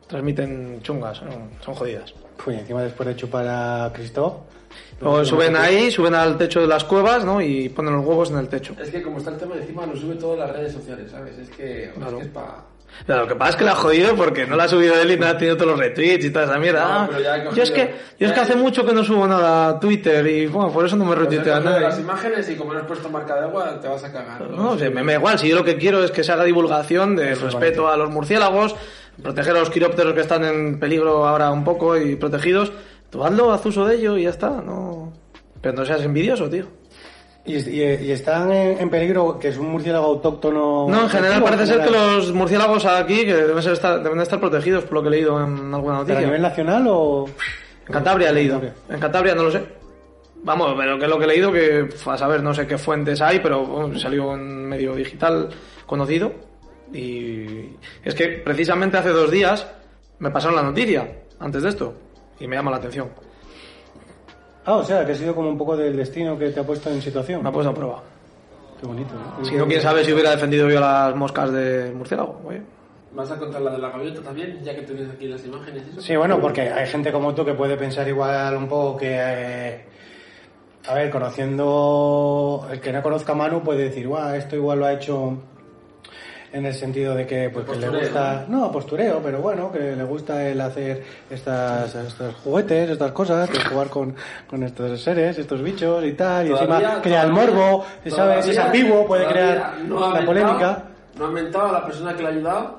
Speaker 2: Transmiten chungas, ¿no? son jodidas.
Speaker 1: Pues encima después de chupar a Cristo...
Speaker 2: Luego suben ahí, suben al techo de las cuevas, ¿no? Y ponen los huevos en el techo.
Speaker 3: Es que como está el tema de encima, nos sube todas las redes sociales, ¿sabes? Es que,
Speaker 2: Claro.
Speaker 3: es que es para...
Speaker 2: Lo que pasa es que la ha jodido porque no la ha subido él y no ha tenido todos los retweets y toda esa mierda.
Speaker 3: No,
Speaker 2: Ah,
Speaker 3: pero ya he cogido-
Speaker 2: yo es que, yo es que
Speaker 3: ya-
Speaker 2: hace mucho que no subo nada a Twitter y bueno, por eso no me retuitea
Speaker 3: las
Speaker 2: nadie.
Speaker 3: imágenes y como no has puesto marca de agua, te vas a cagar.
Speaker 2: No, o sea, me, me da igual, si yo lo que quiero es que se haga divulgación del respeto a los murciélagos, proteger a los quirópteros que están en peligro ahora un poco y protegidos, tú hazlo, haz uso de ello y ya está, no... Pero no seas envidioso, tío.
Speaker 1: Y, y- y están en, en peligro, que es un murciélago autóctono...
Speaker 2: No, en general
Speaker 1: nativo,
Speaker 2: parece ser que
Speaker 1: general.
Speaker 2: los murciélagos aquí que deben, ser estar, deben estar protegidos, por lo que he leído en alguna
Speaker 1: ¿Pero a
Speaker 2: noticia.
Speaker 1: nivel nacional o...?
Speaker 2: En Cantabria he leído.
Speaker 1: Cantabria.
Speaker 2: En Cantabria no lo sé. Vamos, pero que es lo que he leído, que pf, a saber, no sé qué fuentes hay, pero bueno, salió un medio digital conocido. Y es que precisamente hace dos días me pasaron la noticia, antes de esto, y me llama la atención.
Speaker 1: Ah, o sea, que ha sido como un poco del destino que te ha puesto en situación.
Speaker 2: Me ha puesto a prueba.
Speaker 1: Qué bonito. ¿eh? ¿no?
Speaker 2: pues, Si no, quién sabe si hubiera defendido yo las moscas de murciélago. Oye.
Speaker 3: ¿Vas a contar la de la gaviota también, ya que tenéis aquí las imágenes? y eso?
Speaker 1: Sí, bueno, porque hay gente como tú que puede pensar igual un poco que... eh, a ver, conociendo... El que no conozca a Manu puede decir, guau, esto igual lo ha hecho en el sentido de que, pues, que le
Speaker 3: Postureo,
Speaker 1: gusta... No, postureo, pero bueno, que le gusta el hacer estas, estos juguetes, estas cosas, que jugar con, con estos seres, estos bichos y tal, y encima
Speaker 3: Todavía-
Speaker 1: crea el
Speaker 3: todavía-
Speaker 1: morbo, ¿sabes?
Speaker 3: todavía-
Speaker 1: Es ambiguo, puede
Speaker 3: todavía
Speaker 1: crear
Speaker 3: no ha
Speaker 1: la
Speaker 3: mentado-
Speaker 1: polémica.
Speaker 3: No ha mentado a la persona que le ha ayudado,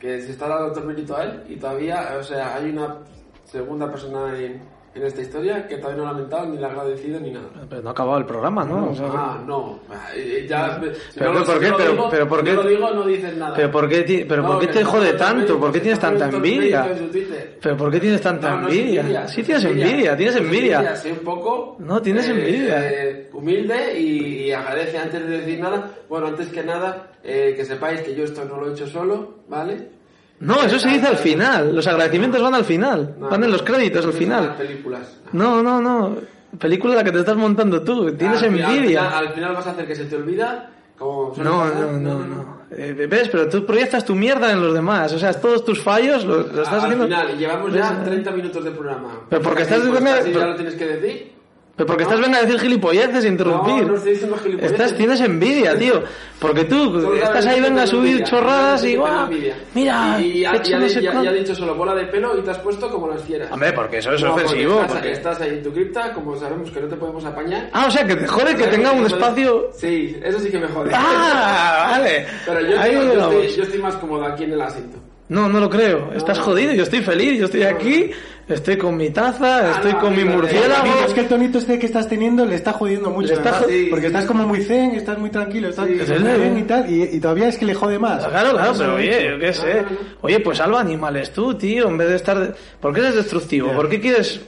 Speaker 3: que se está dando otro mérito a él, y todavía, o sea, hay una segunda persona en, en esta historia que todavía no la ha mentado, ni la ha agradecido, ni nada.
Speaker 2: Pero pues no ha acabado el programa, ¿no? O sea,
Speaker 3: Ah, no, eh, ya... si
Speaker 2: Pero,
Speaker 3: no lo-
Speaker 2: ¿por
Speaker 3: si
Speaker 2: qué?
Speaker 3: no lo
Speaker 2: Pero-
Speaker 3: digo-
Speaker 2: pero, ¿por
Speaker 3: si
Speaker 2: qué?
Speaker 3: no lo digo, no dices nada.
Speaker 2: Pero ¿por qué, ti- pero
Speaker 3: No,
Speaker 2: ¿por qué
Speaker 3: que
Speaker 2: te
Speaker 3: se
Speaker 2: jode
Speaker 3: está poniendo
Speaker 2: tanto? ¿Por qué
Speaker 3: en
Speaker 2: tienes
Speaker 3: su
Speaker 2: tanta
Speaker 3: Facebook, en su
Speaker 2: envidia?
Speaker 3: Twitter.
Speaker 2: ¿pero por qué tienes tanta
Speaker 3: No, no es
Speaker 2: envidia? Sí tienes
Speaker 3: es
Speaker 2: envidia, tienes
Speaker 3: Es
Speaker 2: envidia.
Speaker 3: sí, un poco.
Speaker 2: No, tienes envidia.
Speaker 3: eh, humilde y, y agradece antes de decir nada. Bueno, antes que nada, eh, que sepáis que yo esto no lo he hecho solo, ¿vale?
Speaker 2: No, eso se dice al final. Los agradecimientos van al final.
Speaker 3: No,
Speaker 2: Van en
Speaker 3: no,
Speaker 2: los créditos al
Speaker 3: no son las
Speaker 2: final.
Speaker 3: películas.
Speaker 2: No, no, no. Película la que te estás montando tú. Tienes
Speaker 3: Al final- Al
Speaker 2: envidia.
Speaker 3: final, al final vas a hacer que se te olvida. Como suele
Speaker 2: No,
Speaker 3: pasar.
Speaker 2: no, no, no. Eh, ¿Ves? Pero tú proyectas tu mierda en los demás. O sea, todos tus fallos los, los
Speaker 3: Al
Speaker 2: estás haciendo.
Speaker 3: final, y llevamos
Speaker 2: ¿Ves?
Speaker 3: ya 30 minutos de programa.
Speaker 2: Pero porque estás
Speaker 3: Pues
Speaker 2: diciendo-
Speaker 3: así ya
Speaker 2: pero-
Speaker 3: lo tienes que decir.
Speaker 2: Pero porque estás venga a decir gilipolleces e interrumpir.
Speaker 3: No, no estoy diciendo gilipolleces.
Speaker 2: Estás, tienes envidia, tío. Porque tú
Speaker 3: Solo
Speaker 2: estás
Speaker 3: sabes
Speaker 2: ahí,
Speaker 3: que
Speaker 2: venga a
Speaker 3: tengo
Speaker 2: subir
Speaker 3: envidia.
Speaker 2: chorradas y
Speaker 3: Tengo
Speaker 2: guau.
Speaker 3: envidia.
Speaker 2: Mira,
Speaker 3: y y
Speaker 2: he
Speaker 3: ya,
Speaker 2: hecho
Speaker 3: ya,
Speaker 2: no
Speaker 3: le-
Speaker 2: sé
Speaker 3: ya-
Speaker 2: cuánto.
Speaker 3: ya he dicho solo bola de pelo y te has puesto como las fieras.
Speaker 2: Hombre, porque eso es
Speaker 3: No, porque
Speaker 2: ofensivo.
Speaker 3: Estás,
Speaker 2: porque-
Speaker 3: estás ahí en tu cripta, como sabemos que no te podemos apañar.
Speaker 2: Ah, o sea, que te jode que
Speaker 3: Pero
Speaker 2: tenga
Speaker 3: sí
Speaker 2: un
Speaker 3: me jode.
Speaker 2: espacio.
Speaker 3: Sí, eso sí que me jode.
Speaker 2: ¡Ah! Vale.
Speaker 3: (laughs) Pero yo,
Speaker 2: Ahí
Speaker 3: yo- yo
Speaker 2: vamos.
Speaker 3: estoy, yo estoy más cómodo aquí en el asiento.
Speaker 2: No, no lo creo. Estás jodido. Yo estoy feliz. Yo estoy aquí. Estoy con mi taza. Estoy
Speaker 3: no,
Speaker 2: con mi
Speaker 3: amigo,
Speaker 2: murciélago.
Speaker 1: Amigo, es que el tonito este que estás teniendo le está jodiendo mucho.
Speaker 2: Le está
Speaker 1: además,
Speaker 2: jo-
Speaker 3: sí,
Speaker 1: porque
Speaker 3: sí.
Speaker 1: estás como muy zen, estás muy tranquilo, estás
Speaker 3: Sí.
Speaker 1: estás muy bien y tal, y, y todavía es que le jode más.
Speaker 2: Claro, claro, pero oye, yo qué sé.
Speaker 3: no, no.
Speaker 2: Oye, pues salva animales tú, tío, en vez de estar... de- ¿Por qué eres destructivo? ¿Por qué quieres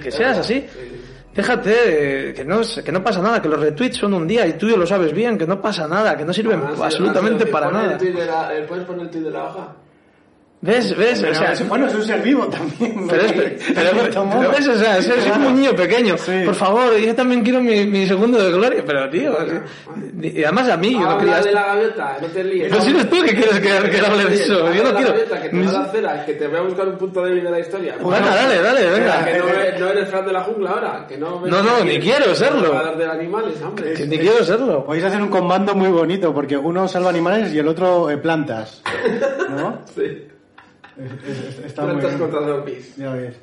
Speaker 2: que seas así? Déjate, eh, que no, es- que no pasa nada, que los retweets son un día y tú ya lo sabes bien, que no pasa nada, que no sirven
Speaker 3: Ahora sí,
Speaker 2: absolutamente
Speaker 3: ahora sí,
Speaker 2: para
Speaker 3: pon el
Speaker 2: nada.
Speaker 3: tuit de la- eh, ¿Puedes poner el tuit de la hoja?
Speaker 2: ¿Ves? ¿Ves?
Speaker 1: Pero
Speaker 2: o sea,
Speaker 1: es- bueno, es un ser vivo también. ¿no?
Speaker 2: pero,
Speaker 1: (laughs)
Speaker 3: (laughs)
Speaker 2: es- pero-
Speaker 1: Sí,
Speaker 2: pero-
Speaker 1: tomó.
Speaker 2: pero ves, o sea, es, es como un niño pequeño.
Speaker 1: Sí.
Speaker 2: Por favor, yo también quiero mi, mi segundo de gloria. Pero, tío, y además a mí, yo no
Speaker 3: Habla
Speaker 2: quería...
Speaker 3: de
Speaker 2: esto.
Speaker 3: Ah, la gaviota, no te líes.
Speaker 2: Pero si eres tú que quieres que, que hable de
Speaker 3: Oye,
Speaker 2: eso.
Speaker 3: habla de
Speaker 2: Yo no
Speaker 3: la
Speaker 2: quiero...
Speaker 3: gaviota, que te va a la acera, que te voy a buscar un punto débil de la historia.
Speaker 2: Venga, dale, dale, venga.
Speaker 3: Que no eres, no eres fan de la jungla ahora. Que no,
Speaker 2: No, no, ni quiero serlo.
Speaker 3: Hablar de animales, hombre. (laughs)
Speaker 2: Que ni quiero serlo.
Speaker 1: Podéis hacer un comando muy bonito, porque uno salva animales y el otro eh, plantas.
Speaker 2: (laughs)
Speaker 1: ¿No?
Speaker 3: Sí.
Speaker 1: Está muy
Speaker 3: Plantas
Speaker 1: bien.
Speaker 3: contra zombies.
Speaker 1: Ya ves.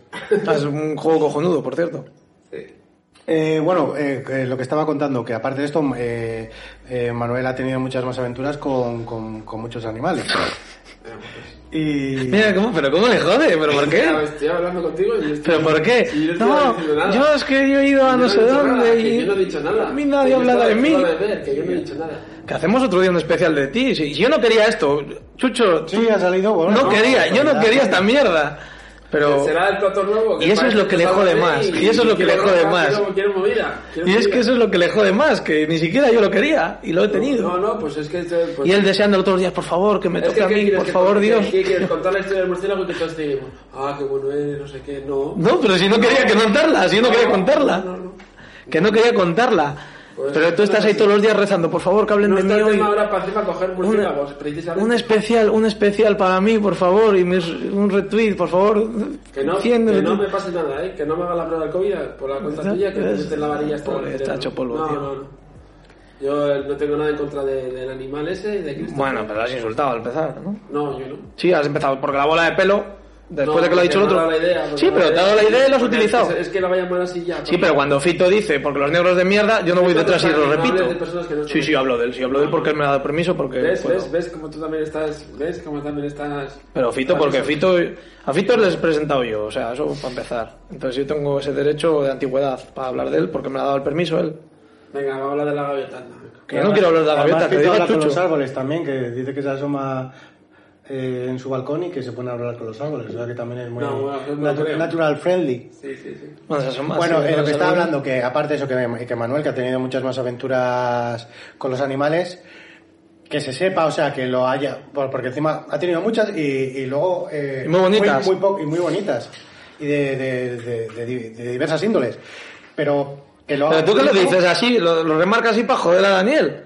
Speaker 2: Ah, Es un juego cojonudo, por cierto.
Speaker 3: Sí.
Speaker 1: Eh, bueno, eh, eh, lo que estaba contando, que aparte de esto, eh, eh, Manuel ha tenido muchas más aventuras con, con- con muchos animales. Y...
Speaker 2: Mira, ¿cómo? ¿Pero cómo le jode? ¿Pero por
Speaker 3: pues, Ya,
Speaker 2: qué?
Speaker 3: Estoy hablando contigo y yo estoy...
Speaker 2: ¿Eh? ¿Pero por qué?
Speaker 3: Y yo no estoy
Speaker 2: No,
Speaker 3: diciendo nada.
Speaker 2: yo es que yo he ido a
Speaker 3: Yo
Speaker 2: no sé
Speaker 3: he dicho nada,
Speaker 2: dónde
Speaker 3: que Yo no he
Speaker 2: y...
Speaker 3: dicho nada.
Speaker 2: A mí nadie
Speaker 3: Que yo
Speaker 2: hablaba de
Speaker 3: estaba-
Speaker 2: mí.
Speaker 3: estaba de ver, Que yo no he dicho nada.
Speaker 2: Que hacemos otro día un especial de ti. Si si yo no quería esto, Chucho,
Speaker 1: Sí, ha salido, bueno.
Speaker 2: no quería, yo no
Speaker 1: ya.
Speaker 2: quería esta mierda. Pero...
Speaker 3: Será el plato nuevo. que
Speaker 2: Y eso es
Speaker 3: parece
Speaker 2: lo que le
Speaker 3: está
Speaker 2: jode
Speaker 3: bien
Speaker 2: más, y eso es lo que le
Speaker 3: quiero
Speaker 2: jode
Speaker 3: broncas,
Speaker 2: más.
Speaker 3: quiero- Quiero movida. quiero
Speaker 2: Y es
Speaker 3: movida.
Speaker 2: que eso es lo que le jode más, que ni siquiera yo lo quería y lo he
Speaker 3: No,
Speaker 2: tenido.
Speaker 3: no, pues es que... esto- pues-
Speaker 2: Y él deseando todos los días, por favor, que me
Speaker 3: Es que,
Speaker 2: toque a
Speaker 3: ¿qué
Speaker 2: mí,
Speaker 3: quieres
Speaker 2: por
Speaker 3: que
Speaker 2: favor,
Speaker 3: conte?
Speaker 2: Dios.
Speaker 3: ¿Qué quieres contar la historia del murciélago que todos te digo? Ah, qué bueno es, no sé qué, no.
Speaker 2: No, pero si no quería que contarla, si yo no quería contarla.
Speaker 3: No, no.
Speaker 2: que no quería contarla.
Speaker 3: Pues,
Speaker 2: Pero tú estás ahí todos los días rezando, por favor, que hablen
Speaker 3: No
Speaker 2: de
Speaker 3: está
Speaker 2: mí
Speaker 3: el
Speaker 2: hoy.
Speaker 3: tema ahora para hacer para coger
Speaker 2: Una,
Speaker 3: murciélagos, precisamente.
Speaker 2: un especial, un especial para mí, por favor, y mis- un retweet, por favor.
Speaker 3: Que no, que
Speaker 2: 100 de
Speaker 3: no
Speaker 2: retweet.
Speaker 3: me pase nada, ¿eh? Que no me haga la prueba del COVID por la cuenta
Speaker 2: Está-
Speaker 3: tuya, que me
Speaker 2: es-
Speaker 3: meten la varilla hasta
Speaker 2: pobre,
Speaker 3: el
Speaker 2: está
Speaker 3: cerebro.
Speaker 2: hecho polvo,
Speaker 3: no,
Speaker 2: tío.
Speaker 3: No, no. Yo eh, no tengo nada en contra de- del animal ese, de Cristo.
Speaker 2: Bueno, pero has insultado al empezar, ¿no?
Speaker 3: No, yo no.
Speaker 2: Sí, has empezado porque la bola de pelo, después
Speaker 3: No,
Speaker 2: de que lo
Speaker 3: porque
Speaker 2: ha dicho el
Speaker 3: me ha
Speaker 2: otro.
Speaker 3: dado la idea, porque
Speaker 2: sí,
Speaker 3: me ha
Speaker 2: pero te ha dado la idea y lo has
Speaker 3: porque es que
Speaker 2: utilizado.
Speaker 3: se- Es que la voy a llamar así ya.
Speaker 2: Sí, pero cuando Fito dice, porque los negros de mierda, yo no voy
Speaker 3: Fito
Speaker 2: detrás y
Speaker 3: está
Speaker 2: lo
Speaker 3: hablando de
Speaker 2: repito.
Speaker 3: personas que no son
Speaker 2: Sí, sí,
Speaker 3: negras.
Speaker 2: hablo de él, sí, hablo de él porque él me ha dado permiso, porque...
Speaker 3: ¿Ves,
Speaker 2: puedo.
Speaker 3: ves, ves cómo tú también estás, ves cómo también estás...
Speaker 2: Pero Fito,
Speaker 3: Vale,
Speaker 2: porque
Speaker 3: sí.
Speaker 2: Fito, a Fito les he presentado yo, o sea, eso para empezar. Entonces yo tengo ese derecho de antigüedad para hablar de él, porque me lo ha dado el permiso él.
Speaker 3: Venga, vamos a hablar de la gaviota. anda, venga.
Speaker 2: Que yo no quiero hablar de la
Speaker 1: Además,
Speaker 2: gaviota, que
Speaker 1: Fito
Speaker 2: diga
Speaker 1: habla con los
Speaker 2: Chucho.
Speaker 1: árboles también, que dice que se asoma eh, en su balcón y que se pone a hablar con los árboles, o sea que también es muy
Speaker 3: No, bueno, yo no
Speaker 1: natu-
Speaker 3: creo.
Speaker 1: natural friendly.
Speaker 3: Sí, sí, sí.
Speaker 2: Bueno, se asoma,
Speaker 1: Bueno, eh, lo
Speaker 2: sí, pero
Speaker 1: que
Speaker 2: se
Speaker 1: estaba
Speaker 2: asoma.
Speaker 1: hablando, que aparte de eso que, que Manuel, que ha tenido muchas más aventuras con los animales, que se sepa, o sea, que lo haya, por- porque encima ha tenido muchas y, y luego... eh,
Speaker 2: Y muy bonitas.
Speaker 1: Muy, muy po- y muy bonitas. y de, de- de- de- de- de diversas índoles. Pero que lo
Speaker 2: Pero tú que lo
Speaker 1: haga-
Speaker 2: dices así, lo, lo remarcas así para joder a Daniel.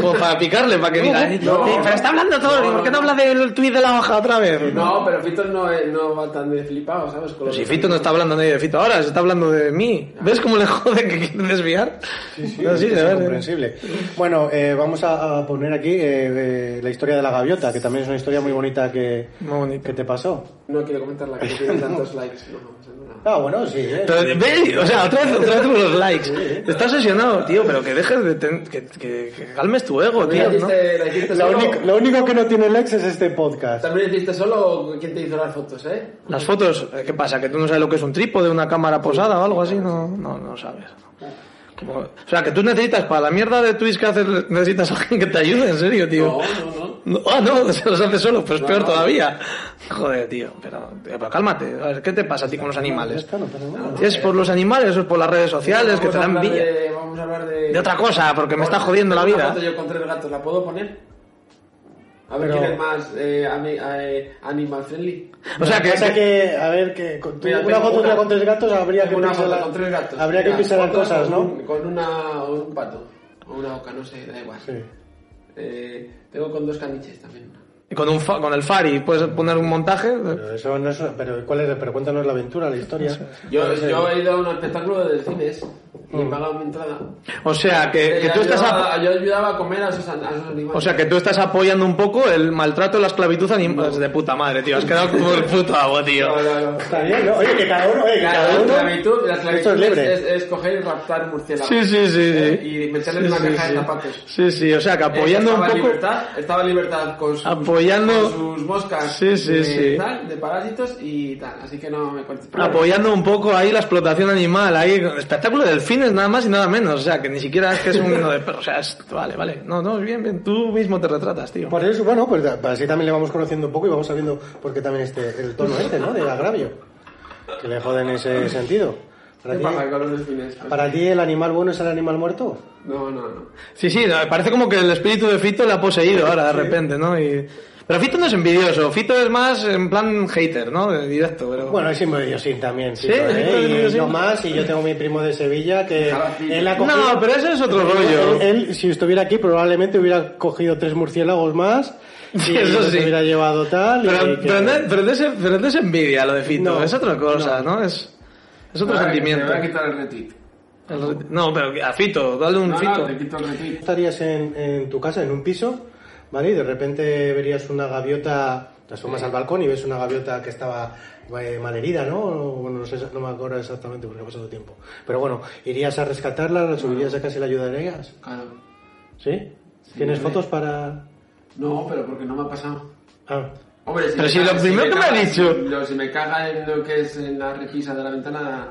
Speaker 2: Como para picarle, para que diga. "Ay,
Speaker 3: no.
Speaker 2: eh, pero está hablando todo,
Speaker 3: No,
Speaker 2: ¿y ¿por qué no
Speaker 3: no.
Speaker 2: habla del tuit de la hoja otra vez?
Speaker 3: No, pero Fito no, es- no va tan de flipado, ¿sabes? Con lo
Speaker 2: Pero si
Speaker 3: que-
Speaker 2: Fito no está hablando nadie de Fito ahora, se está hablando de mí. ¿Ves cómo le jode que quiere desviar? No, sí,
Speaker 1: es
Speaker 2: de verdad.
Speaker 1: comprensible. Bueno, eh, vamos a, a poner aquí eh, eh, la historia de la gaviota, que también es una historia muy bonita que,
Speaker 2: Muy bonito.
Speaker 1: que te pasó.
Speaker 3: No quiero comentarla, que
Speaker 2: (laughs)
Speaker 3: tiene tantos likes. No, no, pasa nada.
Speaker 1: Ah, bueno, sí. eh.
Speaker 2: Pero, ve, o sea, otra vez, otra vez con los likes. Te estás obsesionado, tío, pero que dejes de... ten- que, que- que calmes tu ego, tío,
Speaker 3: ¿También la
Speaker 2: ¿no?
Speaker 3: hiciste, la hiciste
Speaker 1: Lo
Speaker 3: solo?
Speaker 1: único, lo único que no tiene likes es este podcast.
Speaker 3: ¿También la hiciste solo o quién te hizo las fotos, eh?
Speaker 2: Las fotos, eh, ¿qué pasa? ¿Que tú no sabes lo que es un trípode, una cámara posada o algo así? No, no, no sabes. Como- o sea, que tú necesitas, para la mierda de tweets que haces, necesitas (laughs) a alguien que te ayude, en serio, tío.
Speaker 3: No, no, no.
Speaker 2: No, ah, no, (laughs) se los hace solo, pues
Speaker 3: No,
Speaker 2: peor
Speaker 3: no.
Speaker 2: todavía. Joder, tío, pero, pero cálmate. A ver, ¿Qué te pasa a ti con los
Speaker 1: Ya
Speaker 2: animales?
Speaker 1: está, no pasa nada.
Speaker 2: ¿Es por los animales o es por las redes sociales que
Speaker 3: Vamos
Speaker 2: te
Speaker 3: a
Speaker 2: dan
Speaker 3: hablar
Speaker 2: villa?
Speaker 3: de- Vamos a hablar de...
Speaker 2: De otra cosa, porque me
Speaker 3: Bueno,
Speaker 2: está jodiendo la
Speaker 3: tengo una
Speaker 2: vida.
Speaker 3: foto yo con tres gatos, ¿la puedo poner? A ver
Speaker 1: Pero-
Speaker 3: quién es más eh, ami- eh, animal friendly.
Speaker 2: O sea,
Speaker 1: Lo que
Speaker 2: que,
Speaker 1: pasa
Speaker 2: que-
Speaker 1: que, a ver, que con tu-
Speaker 3: Mira,
Speaker 1: una
Speaker 3: tengo
Speaker 1: foto
Speaker 3: una-
Speaker 1: tuya con tres gatos habría que
Speaker 3: Una
Speaker 1: pisar
Speaker 3: foto
Speaker 1: la-
Speaker 3: con tres gatos.
Speaker 1: Habría que
Speaker 3: Mira,
Speaker 1: pisar las
Speaker 3: foto
Speaker 1: cosas,
Speaker 3: con
Speaker 1: ¿no?
Speaker 3: un- Con una o un pato. O una oca, no sé, da igual.
Speaker 1: Sí.
Speaker 3: Eh, tengo con dos caniches también.
Speaker 1: Ah,
Speaker 2: con, un fa- con el Fari puedes poner un montaje.
Speaker 1: Pero eso no es, pero cuál es, pero cuéntanos la aventura, la historia.
Speaker 3: Yo,
Speaker 1: No sé.
Speaker 3: yo he ido a un espectáculo del cines y
Speaker 1: Mm.
Speaker 3: he pagado mi entrada.
Speaker 2: O sea, que, que
Speaker 3: Eh,
Speaker 2: tú estás...
Speaker 3: ayudaba-
Speaker 2: a-
Speaker 3: Yo ayudaba a comer a esos, an- a esos animales.
Speaker 2: O sea, que tú estás apoyando un poco el maltrato, la esclavitud animal. De puta madre, tío. (laughs) Has quedado como el puto agua, tío.
Speaker 3: No, no, no.
Speaker 1: Está bien, ¿no? Oye, que cada uno, oye, que
Speaker 3: La
Speaker 1: cada uno.
Speaker 3: esclavitud, la esclavitud
Speaker 1: Esto es libre.
Speaker 3: Es, es coger y raptar murciélagos.
Speaker 2: Sí, sí, sí,
Speaker 3: Eh,
Speaker 2: sí.
Speaker 3: Y meterle en
Speaker 2: Sí,
Speaker 3: una
Speaker 2: sí,
Speaker 3: caja de
Speaker 2: sí.
Speaker 3: zapatos.
Speaker 2: Sí, sí, o sea, que apoyando
Speaker 3: Eh,
Speaker 2: un
Speaker 3: estaba
Speaker 2: poco...
Speaker 3: Libertad, estaba libertad con sus,
Speaker 2: Apoyando-
Speaker 3: con sus moscas
Speaker 2: Sí, sí,
Speaker 3: de,
Speaker 2: sí.
Speaker 3: tal, de parásitos y tal. Así que no me cortes.
Speaker 2: apoyando un poco ahí la explotación animal, ahí espectáculo de delfines nada más y nada menos, o sea, que ni siquiera es que es un (laughs) himno de perro, o sea, es- vale, vale, no, no, bien, bien, tú mismo te retratas, tío.
Speaker 1: Por eso, bueno, pues así también le vamos conociendo un poco y vamos sabiendo por qué también este, el tono este, ¿no? Del agravio. Que le jode en ese sentido.
Speaker 3: ¿Qué
Speaker 1: Para ti,
Speaker 3: pasa con los Pues delfines?
Speaker 1: para ti el animal bueno es el animal muerto.
Speaker 3: No, no, no.
Speaker 2: Sí, sí, no, parece como que el espíritu de Fito le ha poseído ahora de repente, ¿no? Y... Pero Fito no es envidioso, Fito es más en plan hater, ¿no? De directo, pero...
Speaker 1: Bueno, es inmediosín también, sí,
Speaker 2: Sí,
Speaker 1: ¿eh?
Speaker 2: sí,
Speaker 1: Y
Speaker 2: sí, sí.
Speaker 1: no más, y yo tengo mi primo de Sevilla que
Speaker 3: Ahora sí.
Speaker 1: él ha cogido...
Speaker 2: no, pero eso es otro
Speaker 3: Eh,
Speaker 1: Él,
Speaker 2: rollo.
Speaker 1: él, si estuviera aquí, probablemente hubiera cogido tres murciélagos más y
Speaker 2: Sí, (laughs) eso
Speaker 1: los
Speaker 2: sí.
Speaker 1: hubiera llevado tal. y
Speaker 3: eh,
Speaker 2: Pero,
Speaker 1: que-
Speaker 2: pero, no, pero no es, pero no es envidia lo de Fito,
Speaker 1: No,
Speaker 2: es otra cosa, ¿no? Es, es otro
Speaker 3: Ahora que
Speaker 2: sentimiento.
Speaker 3: Te voy a quitar el retweet.
Speaker 2: El- No, pero a Fito, dale un
Speaker 3: No,
Speaker 2: Fito.
Speaker 3: no, te quito el retweet.
Speaker 1: Estarías en, en tu casa, en un piso, ¿vale? Y de repente verías una gaviota, te asomas al balcón y ves una gaviota que estaba eh, malherida, ¿no? O, Bueno, no, sé, no me acuerdo exactamente porque ha pasado tiempo. Pero bueno, irías a rescatarla, la subirías a casa y la ayudarías,
Speaker 3: Claro.
Speaker 1: ¿sí? ¿Tienes fotos para...?
Speaker 3: No, pero porque no me ha pasado.
Speaker 1: Ah,
Speaker 3: Hombre, si
Speaker 2: Pero si lo
Speaker 3: caga-
Speaker 2: primero que me ha
Speaker 3: caga-
Speaker 2: dicho.
Speaker 3: si lo- si me caga en lo que es en la repisa de la ventana.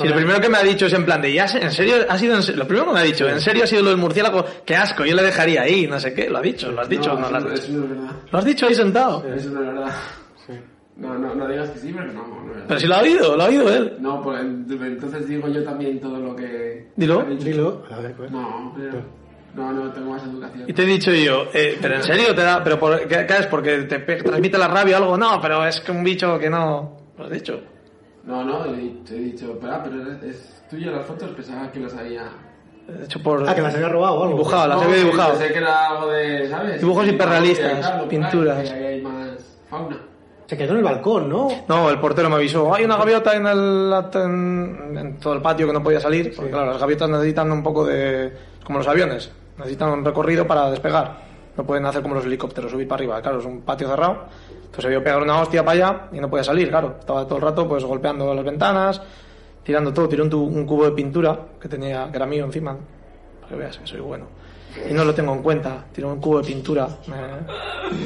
Speaker 2: Si lo primero que me ha dicho es en plan de, ya, sé- en serio, ha sido, en se- lo primero que me ha dicho, en serio ha sido lo del murciélago, qué asco, yo le dejaría ahí, no sé qué, lo ha dicho, lo has dicho, no,
Speaker 3: no,
Speaker 2: lo has
Speaker 3: eso-
Speaker 2: dicho.
Speaker 3: eso no es verdad.
Speaker 2: Lo has dicho ahí sentado.
Speaker 3: Eso no es verdad.
Speaker 1: sí.
Speaker 3: No, no, no digas que sí, pero no, no es verdad.
Speaker 2: Pero si lo ha oído, lo ha oído él.
Speaker 3: No, pues entonces digo yo también todo lo que...
Speaker 2: Dilo.
Speaker 1: Dilo. A ver, pues.
Speaker 3: No, pero- no, no, tengo más educación.
Speaker 2: Y te he dicho yo, eh, pero en serio te da, pero por, ¿qué, qué es? Porque te pe- transmite la rabia o algo, no, pero es que un bicho que no, lo has dicho.
Speaker 3: No, no, le he dicho- he dicho, pero, ah, pero es, es tuyo las fotos, pensaba que las había...
Speaker 2: Hecho por...
Speaker 1: Ah, que las había robado o algo.
Speaker 2: Dibujado, las
Speaker 3: No,
Speaker 2: había dibujado.
Speaker 3: Pensé que era algo de, ¿sabes?
Speaker 2: Dibujos
Speaker 3: Y-
Speaker 2: hiperrealistas,
Speaker 3: y- claro,
Speaker 2: pinturas.
Speaker 3: claro, que ahí hay más fauna.
Speaker 1: Se quedó en el balcón, ¿no?
Speaker 2: No, el portero me avisó, hay una gaviota en, el, en, en todo el patio que no podía salir, porque claro, las gaviotas necesitan un poco de... como los aviones, necesitan un recorrido para despegar, no pueden hacer como los helicópteros, subir para arriba, claro, es un patio cerrado, entonces se vio pegar una hostia para allá y no podía salir, claro, estaba todo el rato pues golpeando las ventanas, tirando todo, tiró un, tu- un cubo de pintura que tenía, que era mío encima, para que veas que soy bueno, y no lo tengo en cuenta, tiró un cubo de pintura. me-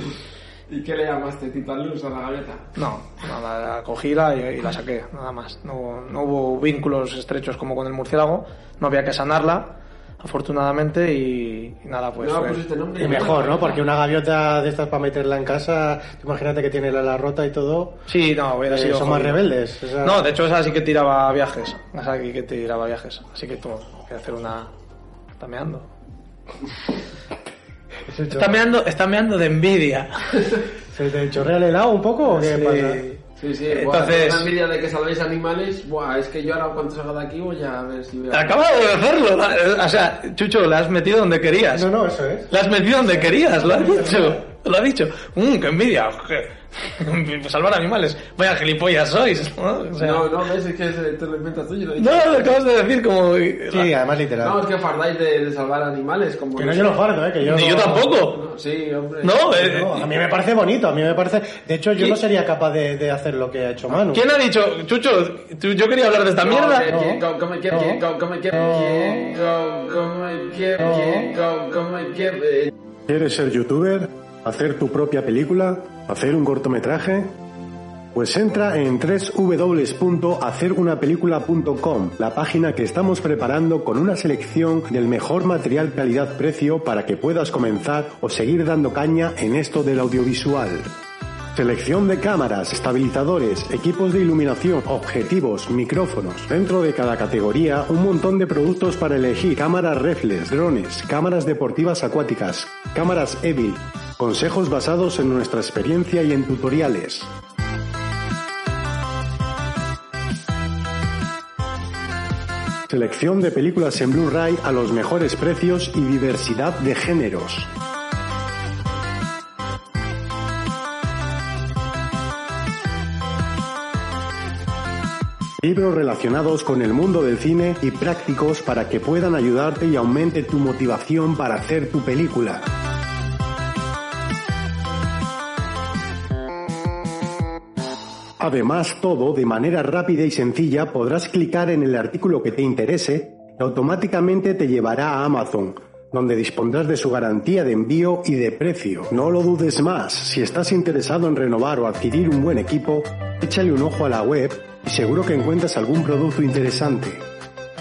Speaker 3: ¿Y qué le llamaste? ¿Titan Luz a la gaveta?
Speaker 2: no, no, la, la cogí la, y, y la saqué, nada más. No, no hubo vínculos estrechos como con el murciélago, no había que sanarla, afortunadamente, y, y nada, pues...
Speaker 3: no
Speaker 2: fue-
Speaker 3: pusiste nombre.
Speaker 1: Y mejor, ¿no? Porque una gaviota de estas para meterla en casa, imagínate que tiene la ala rota y todo.
Speaker 2: Sí, no, hubiera
Speaker 1: Eh,
Speaker 2: sido...
Speaker 1: son más
Speaker 2: jodido.
Speaker 1: rebeldes. o sea-
Speaker 2: No, de hecho esa sí que tiraba viajes, esa sí que tiraba viajes, así que tuvo que hacer una... Está meando.
Speaker 1: (laughs)
Speaker 2: Está meando, está meando de envidia.
Speaker 1: ¿Se te chorrea el helado un poco o qué
Speaker 2: Sí.
Speaker 1: pasa?
Speaker 3: Sí, sí,
Speaker 2: Entonces-
Speaker 3: buah, la envidia de que salvéis animales, buah, es que yo ahora cuando salga de aquí voy a ver si veo...
Speaker 2: Acaba de hacerlo. la- O sea, Chucho, la has metido donde querías.
Speaker 1: No, no, eso es.
Speaker 2: La has metido donde querías, lo has dicho. Lo has dicho. Mmm, qué envidia. que- (laughs) Salvar animales. Vaya gilipollas sois. ¿no? O sea,
Speaker 3: No, no, ves, es que se- te lo inventas tú, yo lo he dicho.
Speaker 2: no, lo acabas de decir como...
Speaker 1: Sí, además
Speaker 3: No,
Speaker 1: literal.
Speaker 3: es que fardáis de, de salvar animales, como...
Speaker 1: Que no, yo no fardo, ¿eh? Que yo
Speaker 2: Ni yo
Speaker 1: no-
Speaker 2: tampoco.
Speaker 3: No, sí, hombre.
Speaker 2: No, eh,
Speaker 1: No, a mí me parece bonito, a mí me parece... De hecho, yo
Speaker 2: ¿Qué?
Speaker 1: no sería capaz de, de hacer lo que ha hecho Manu.
Speaker 2: ¿Quién ha dicho? Chucho, tú- yo quería hablar de esta mierda.
Speaker 3: que- que-
Speaker 1: No.
Speaker 3: como que- que-
Speaker 1: No.
Speaker 3: como que-
Speaker 1: No.
Speaker 3: que- como que- que- como que- eh,
Speaker 4: ¿Quieres ser youtuber? ¿Hacer tu propia película? ¿Hacer un cortometraje? Pues entra en www.hacerunapelícula.com, la página que estamos preparando con una selección del mejor material calidad-precio para que puedas comenzar o seguir dando caña en esto del audiovisual. Selección de cámaras, estabilizadores, equipos de iluminación, objetivos, micrófonos. Dentro de cada categoría, un montón de productos para elegir. Cámaras reflex, drones, cámaras deportivas acuáticas, cámaras EVI. Consejos basados en nuestra experiencia y en tutoriales. Selección de películas en Blu-ray a los mejores precios y diversidad de géneros. Libros relacionados con el mundo del cine y prácticos para que puedan ayudarte y aumente tu motivación para hacer tu película. Además, todo de manera rápida y sencilla podrás clicar en el artículo que te interese y automáticamente te llevará a Amazon, donde dispondrás de su garantía de envío y de precio. No lo dudes más, si estás interesado en renovar o adquirir un buen equipo, échale un ojo a la web y seguro que encuentras algún producto interesante.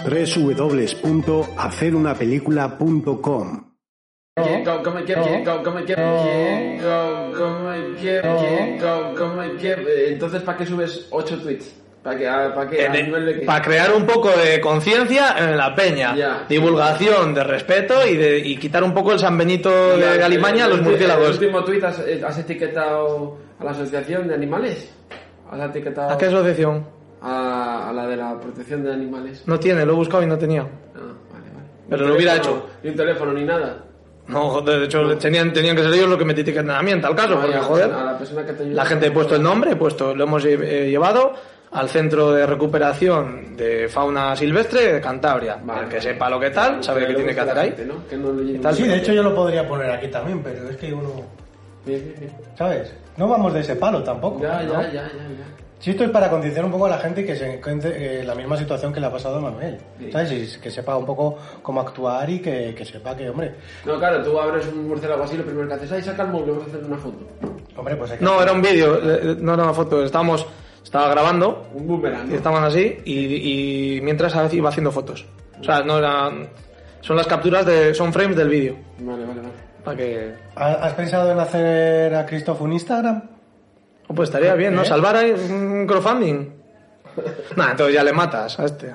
Speaker 4: www.hacerunapelícula.com
Speaker 3: que- como que- que- como que- que- como que- que- como que- eh, Entonces, ¿para qué subes 8 tweets? ¿Para qué? ¿A- ¿Para qué? ¿A nivel de qué?
Speaker 2: Para crear un poco de conciencia en la peña,
Speaker 3: Ya.
Speaker 2: divulgación de respeto y, de, y quitar un poco el San Benito de
Speaker 3: Ya,
Speaker 2: Galimaña a
Speaker 3: el-
Speaker 2: los
Speaker 3: el-
Speaker 2: murciélagos.
Speaker 3: ¿El último tuit has, eh, has etiquetado a la asociación de animales? ¿Has etiquetado
Speaker 2: ¿A qué asociación?
Speaker 3: a, a la de la protección de animales?
Speaker 2: No tiene, lo he buscado y no tenía.
Speaker 3: Ah, vale, vale.
Speaker 2: Pero
Speaker 3: Ni
Speaker 2: lo hubiera
Speaker 3: teléfono,
Speaker 2: hecho.
Speaker 3: Ni un teléfono, ni nada.
Speaker 2: No, de hecho tenían, tenían que ser ellos los que me etiquetan a mí en tal caso,
Speaker 3: Vaya,
Speaker 2: porque joder.
Speaker 3: A la persona que te ayuda.
Speaker 2: La gente he puesto el nombre, he puesto, lo hemos eh, llevado al centro de recuperación de fauna silvestre de Cantabria.
Speaker 3: Vale.
Speaker 2: El que sepa lo que tal, sabe
Speaker 3: Pero
Speaker 2: lo que tiene que
Speaker 3: la
Speaker 2: hacer ahí.
Speaker 3: gente, ¿no? Que no lo lleven.
Speaker 2: tal?
Speaker 1: Sí, de hecho yo lo podría poner aquí también, pero es que uno...
Speaker 3: Bien, bien, bien.
Speaker 1: ¿Sabes? No vamos de ese palo tampoco.
Speaker 3: Ya,
Speaker 1: ¿no?
Speaker 3: ya, ya, ya, ya.
Speaker 1: Si esto es para concienciar un poco a la gente que se encuentre en la misma situación que le ha pasado a Manuel.
Speaker 3: Sí.
Speaker 1: ¿Sabes? Y que sepa un poco cómo actuar y que, que sepa que, hombre,
Speaker 3: No, claro, tú abres un murciélago así, lo primero que haces, ay, saca el móvil, vamos a hacer una foto.
Speaker 1: hombre, pues hay que-
Speaker 2: No, era un vídeo, eh, no era una foto, estábamos, estaba grabando
Speaker 3: Un boomerang.
Speaker 2: y
Speaker 3: ¿no?
Speaker 2: estaban así y, y mientras iba haciendo fotos. O sea, no eran, son las capturas de, son frames del vídeo.
Speaker 3: Vale, vale, vale.
Speaker 2: Para que,
Speaker 1: ¿Ha- ¿Has pensado en hacer a Christoph un Instagram?
Speaker 2: oh, pues estaría bien, ¿no?
Speaker 1: ¿Eh?
Speaker 2: Salvar ahí un crowdfunding. Nah, entonces ya le matas a este.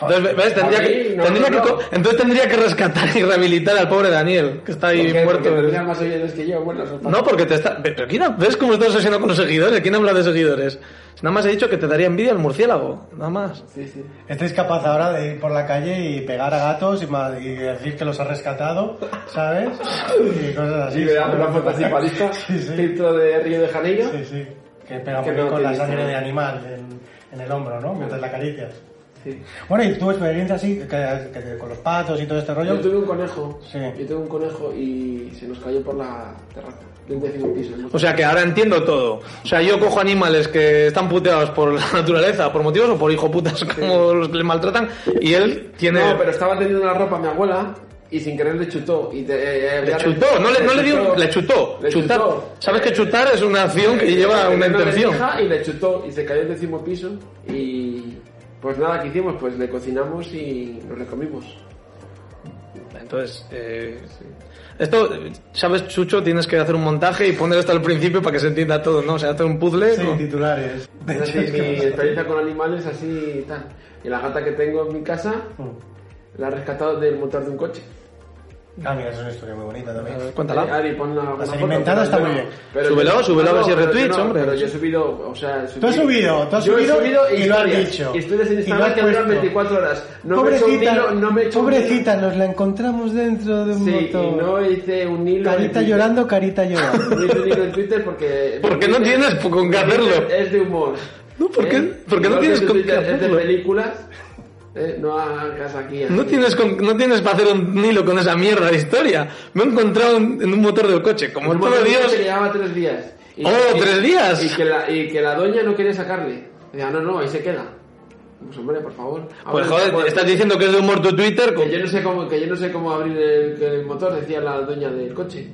Speaker 2: Entonces, ve- ¿ves? Tendría
Speaker 3: A mí,
Speaker 2: que,
Speaker 3: no,
Speaker 2: tendría
Speaker 3: no,
Speaker 2: que
Speaker 3: no.
Speaker 2: co- entonces tendría que rescatar y rehabilitar al pobre Daniel, que está ahí
Speaker 3: Porque-
Speaker 2: muerto.
Speaker 3: porque tendrías más oyentes que yo, bueno, eso
Speaker 2: No, porque te está. pe- Pero ¿quién ha- ¿Ves cómo estás haciendo con los seguidores? ¿Quién habla de seguidores? Nada más he dicho que te daría envidia el murciélago. Nada más.
Speaker 3: Sí, sí.
Speaker 1: Este es capaz ahora de ir por la calle y pegar a gatos y, ma- y decir que los ha rescatado, ¿sabes? Y cosas así.
Speaker 3: Sí, le damos una foto así
Speaker 2: (laughs)
Speaker 3: palista,
Speaker 1: (laughs) Sí, sí.
Speaker 3: filtro de Río de Janeiro.
Speaker 1: Sí, sí. Que pega
Speaker 3: Que
Speaker 1: muy bien
Speaker 3: no
Speaker 1: con la
Speaker 3: utiliza.
Speaker 1: sangre de animal en, en el hombro, ¿no? Mientras la acaricias.
Speaker 3: Sí.
Speaker 1: Bueno, y tu experiencia así, que, que- con los patos y todo este rollo.
Speaker 3: Yo tuve un conejo.
Speaker 1: Sí.
Speaker 3: Yo tuve un conejo y se nos cayó por la terraza de un décimo piso.
Speaker 2: O sea que ahora entiendo todo. O sea, yo cojo animales que están puteados por la (laughs) naturaleza, por motivos o por hijo putas (laughs) como los que le maltratan, y él tiene.
Speaker 3: No, pero estaba teniendo una ropa mi abuela y sin querer le chutó. Y te, eh,
Speaker 2: Le chutó, no le, no le dio. Le chutó.
Speaker 3: Le
Speaker 2: chutar.
Speaker 3: chutó.
Speaker 2: ¿Sabes que chutar es una
Speaker 3: (laughs)
Speaker 2: acción que lleva una
Speaker 3: Veneno de
Speaker 2: intención?
Speaker 3: lija Y le chutó y se cayó el décimo piso y... Pues nada, ¿qué hicimos? Pues le cocinamos y nos le comimos.
Speaker 2: Entonces, eh, esto, ¿sabes, Chucho? Tienes que hacer un montaje y poner esto al principio para que se entienda todo, ¿no? O sea, hacer un puzzle.
Speaker 1: Sí,
Speaker 2: con-
Speaker 1: titulares. De
Speaker 3: Es
Speaker 1: hecho,
Speaker 3: así,
Speaker 1: es que
Speaker 3: mi
Speaker 1: no sé.
Speaker 3: experiencia con animales así y tal. Y la gata que tengo en mi casa
Speaker 1: Mm.
Speaker 3: la he rescatado del motor de un coche.
Speaker 1: Ah, mira, es una historia muy bonita también.
Speaker 2: Eh, Cuéntala.
Speaker 3: Ari, pon una, una foto,
Speaker 1: inventada
Speaker 3: pero
Speaker 1: Pues está
Speaker 3: yo
Speaker 1: muy
Speaker 3: no.
Speaker 1: bien.
Speaker 3: Pero
Speaker 2: Súbelo,
Speaker 3: yo-
Speaker 2: súbelo a ver si
Speaker 3: pero yo
Speaker 2: retweets,
Speaker 3: no,
Speaker 2: hombre.
Speaker 3: Pero yo he subido, o sea, he
Speaker 1: Tú has subido, tú has subido y lo has
Speaker 3: historias,
Speaker 1: dicho.
Speaker 3: Historias
Speaker 1: Y
Speaker 3: en
Speaker 1: lo
Speaker 3: Instagram
Speaker 1: has
Speaker 3: que duran
Speaker 1: puesto.
Speaker 3: 24 horas. No me he
Speaker 1: pobrecita,
Speaker 3: hecho un hilo, no me he hecho un
Speaker 1: pobrecita, nos la encontramos dentro de
Speaker 3: hilo.
Speaker 1: un
Speaker 3: Sí,
Speaker 1: motor.
Speaker 3: y no hice un hilo. en
Speaker 1: Carita
Speaker 3: Twitter.
Speaker 1: llorando, carita llorando.
Speaker 3: No hice un hilo en Twitter porque.
Speaker 2: Porque no tienes con qué hacerlo.
Speaker 3: Es de humor.
Speaker 2: No, ¿por qué-
Speaker 3: ¿Eh?
Speaker 2: por qué no
Speaker 3: Igual
Speaker 2: tienes
Speaker 3: que tu
Speaker 2: con qué
Speaker 3: Twitter Es de
Speaker 2: hacerlo?
Speaker 3: películas. ¿eh? No hagas aquí.
Speaker 2: No
Speaker 3: así.
Speaker 2: tienes, con- no tienes para hacer un hilo con esa mierda de historia. Me he encontrado en, en un motor del coche, como
Speaker 3: Un
Speaker 2: todo
Speaker 3: motor de
Speaker 2: Dios.
Speaker 3: gente que llevaba tres días.
Speaker 2: ¡Oh, tres días!
Speaker 3: Y que, la, y que la doña no quería sacarle. Decía, no, no, ahí se queda. Pues hombre, por favor.
Speaker 2: Pues
Speaker 3: Ahora no
Speaker 2: joder,
Speaker 3: se
Speaker 2: estás
Speaker 3: puede.
Speaker 2: diciendo que es de humor tu Twitter.
Speaker 3: Que yo no sé cómo, que yo no sé cómo abrir el, el motor, decía la doña del coche.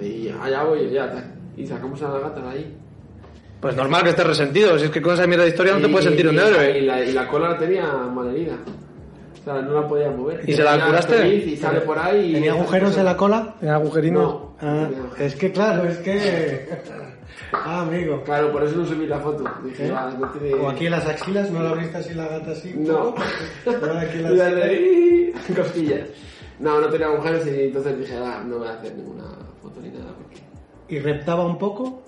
Speaker 3: Y allá voy, ya. ta- Y sacamos a la gata de ahí.
Speaker 2: Pues normal que estés resentido. Si es que con esa mierda de historia no te
Speaker 3: Y-
Speaker 2: puedes sentir un
Speaker 3: y-
Speaker 2: héroe.
Speaker 3: Y la, y la cola la tenía malherida. O sea, no la podía mover.
Speaker 2: ¿Y se la
Speaker 3: Tenía
Speaker 2: curaste?
Speaker 3: feliz Y sale por ahí. y-
Speaker 1: ¿Tenía agujeros en la cola?
Speaker 2: ¿En agujerino?
Speaker 3: No.
Speaker 1: Ah, es que claro, es que... (laughs) Ah, amigo.
Speaker 3: Claro, por eso no subí la foto. Dije,
Speaker 1: ¿Eh?
Speaker 3: "Ah, no tiene-
Speaker 1: O aquí en las axilas, ¿no la abriste así la gata así? (laughs)
Speaker 3: No.
Speaker 1: Ahora aquí
Speaker 3: (laughs)
Speaker 1: las-
Speaker 3: La (laughs) de- Costillas. No, no tenía agujeros y entonces dije, "Ah, no voy a hacer ninguna foto ni nada porque...
Speaker 1: ¿Y reptaba un poco?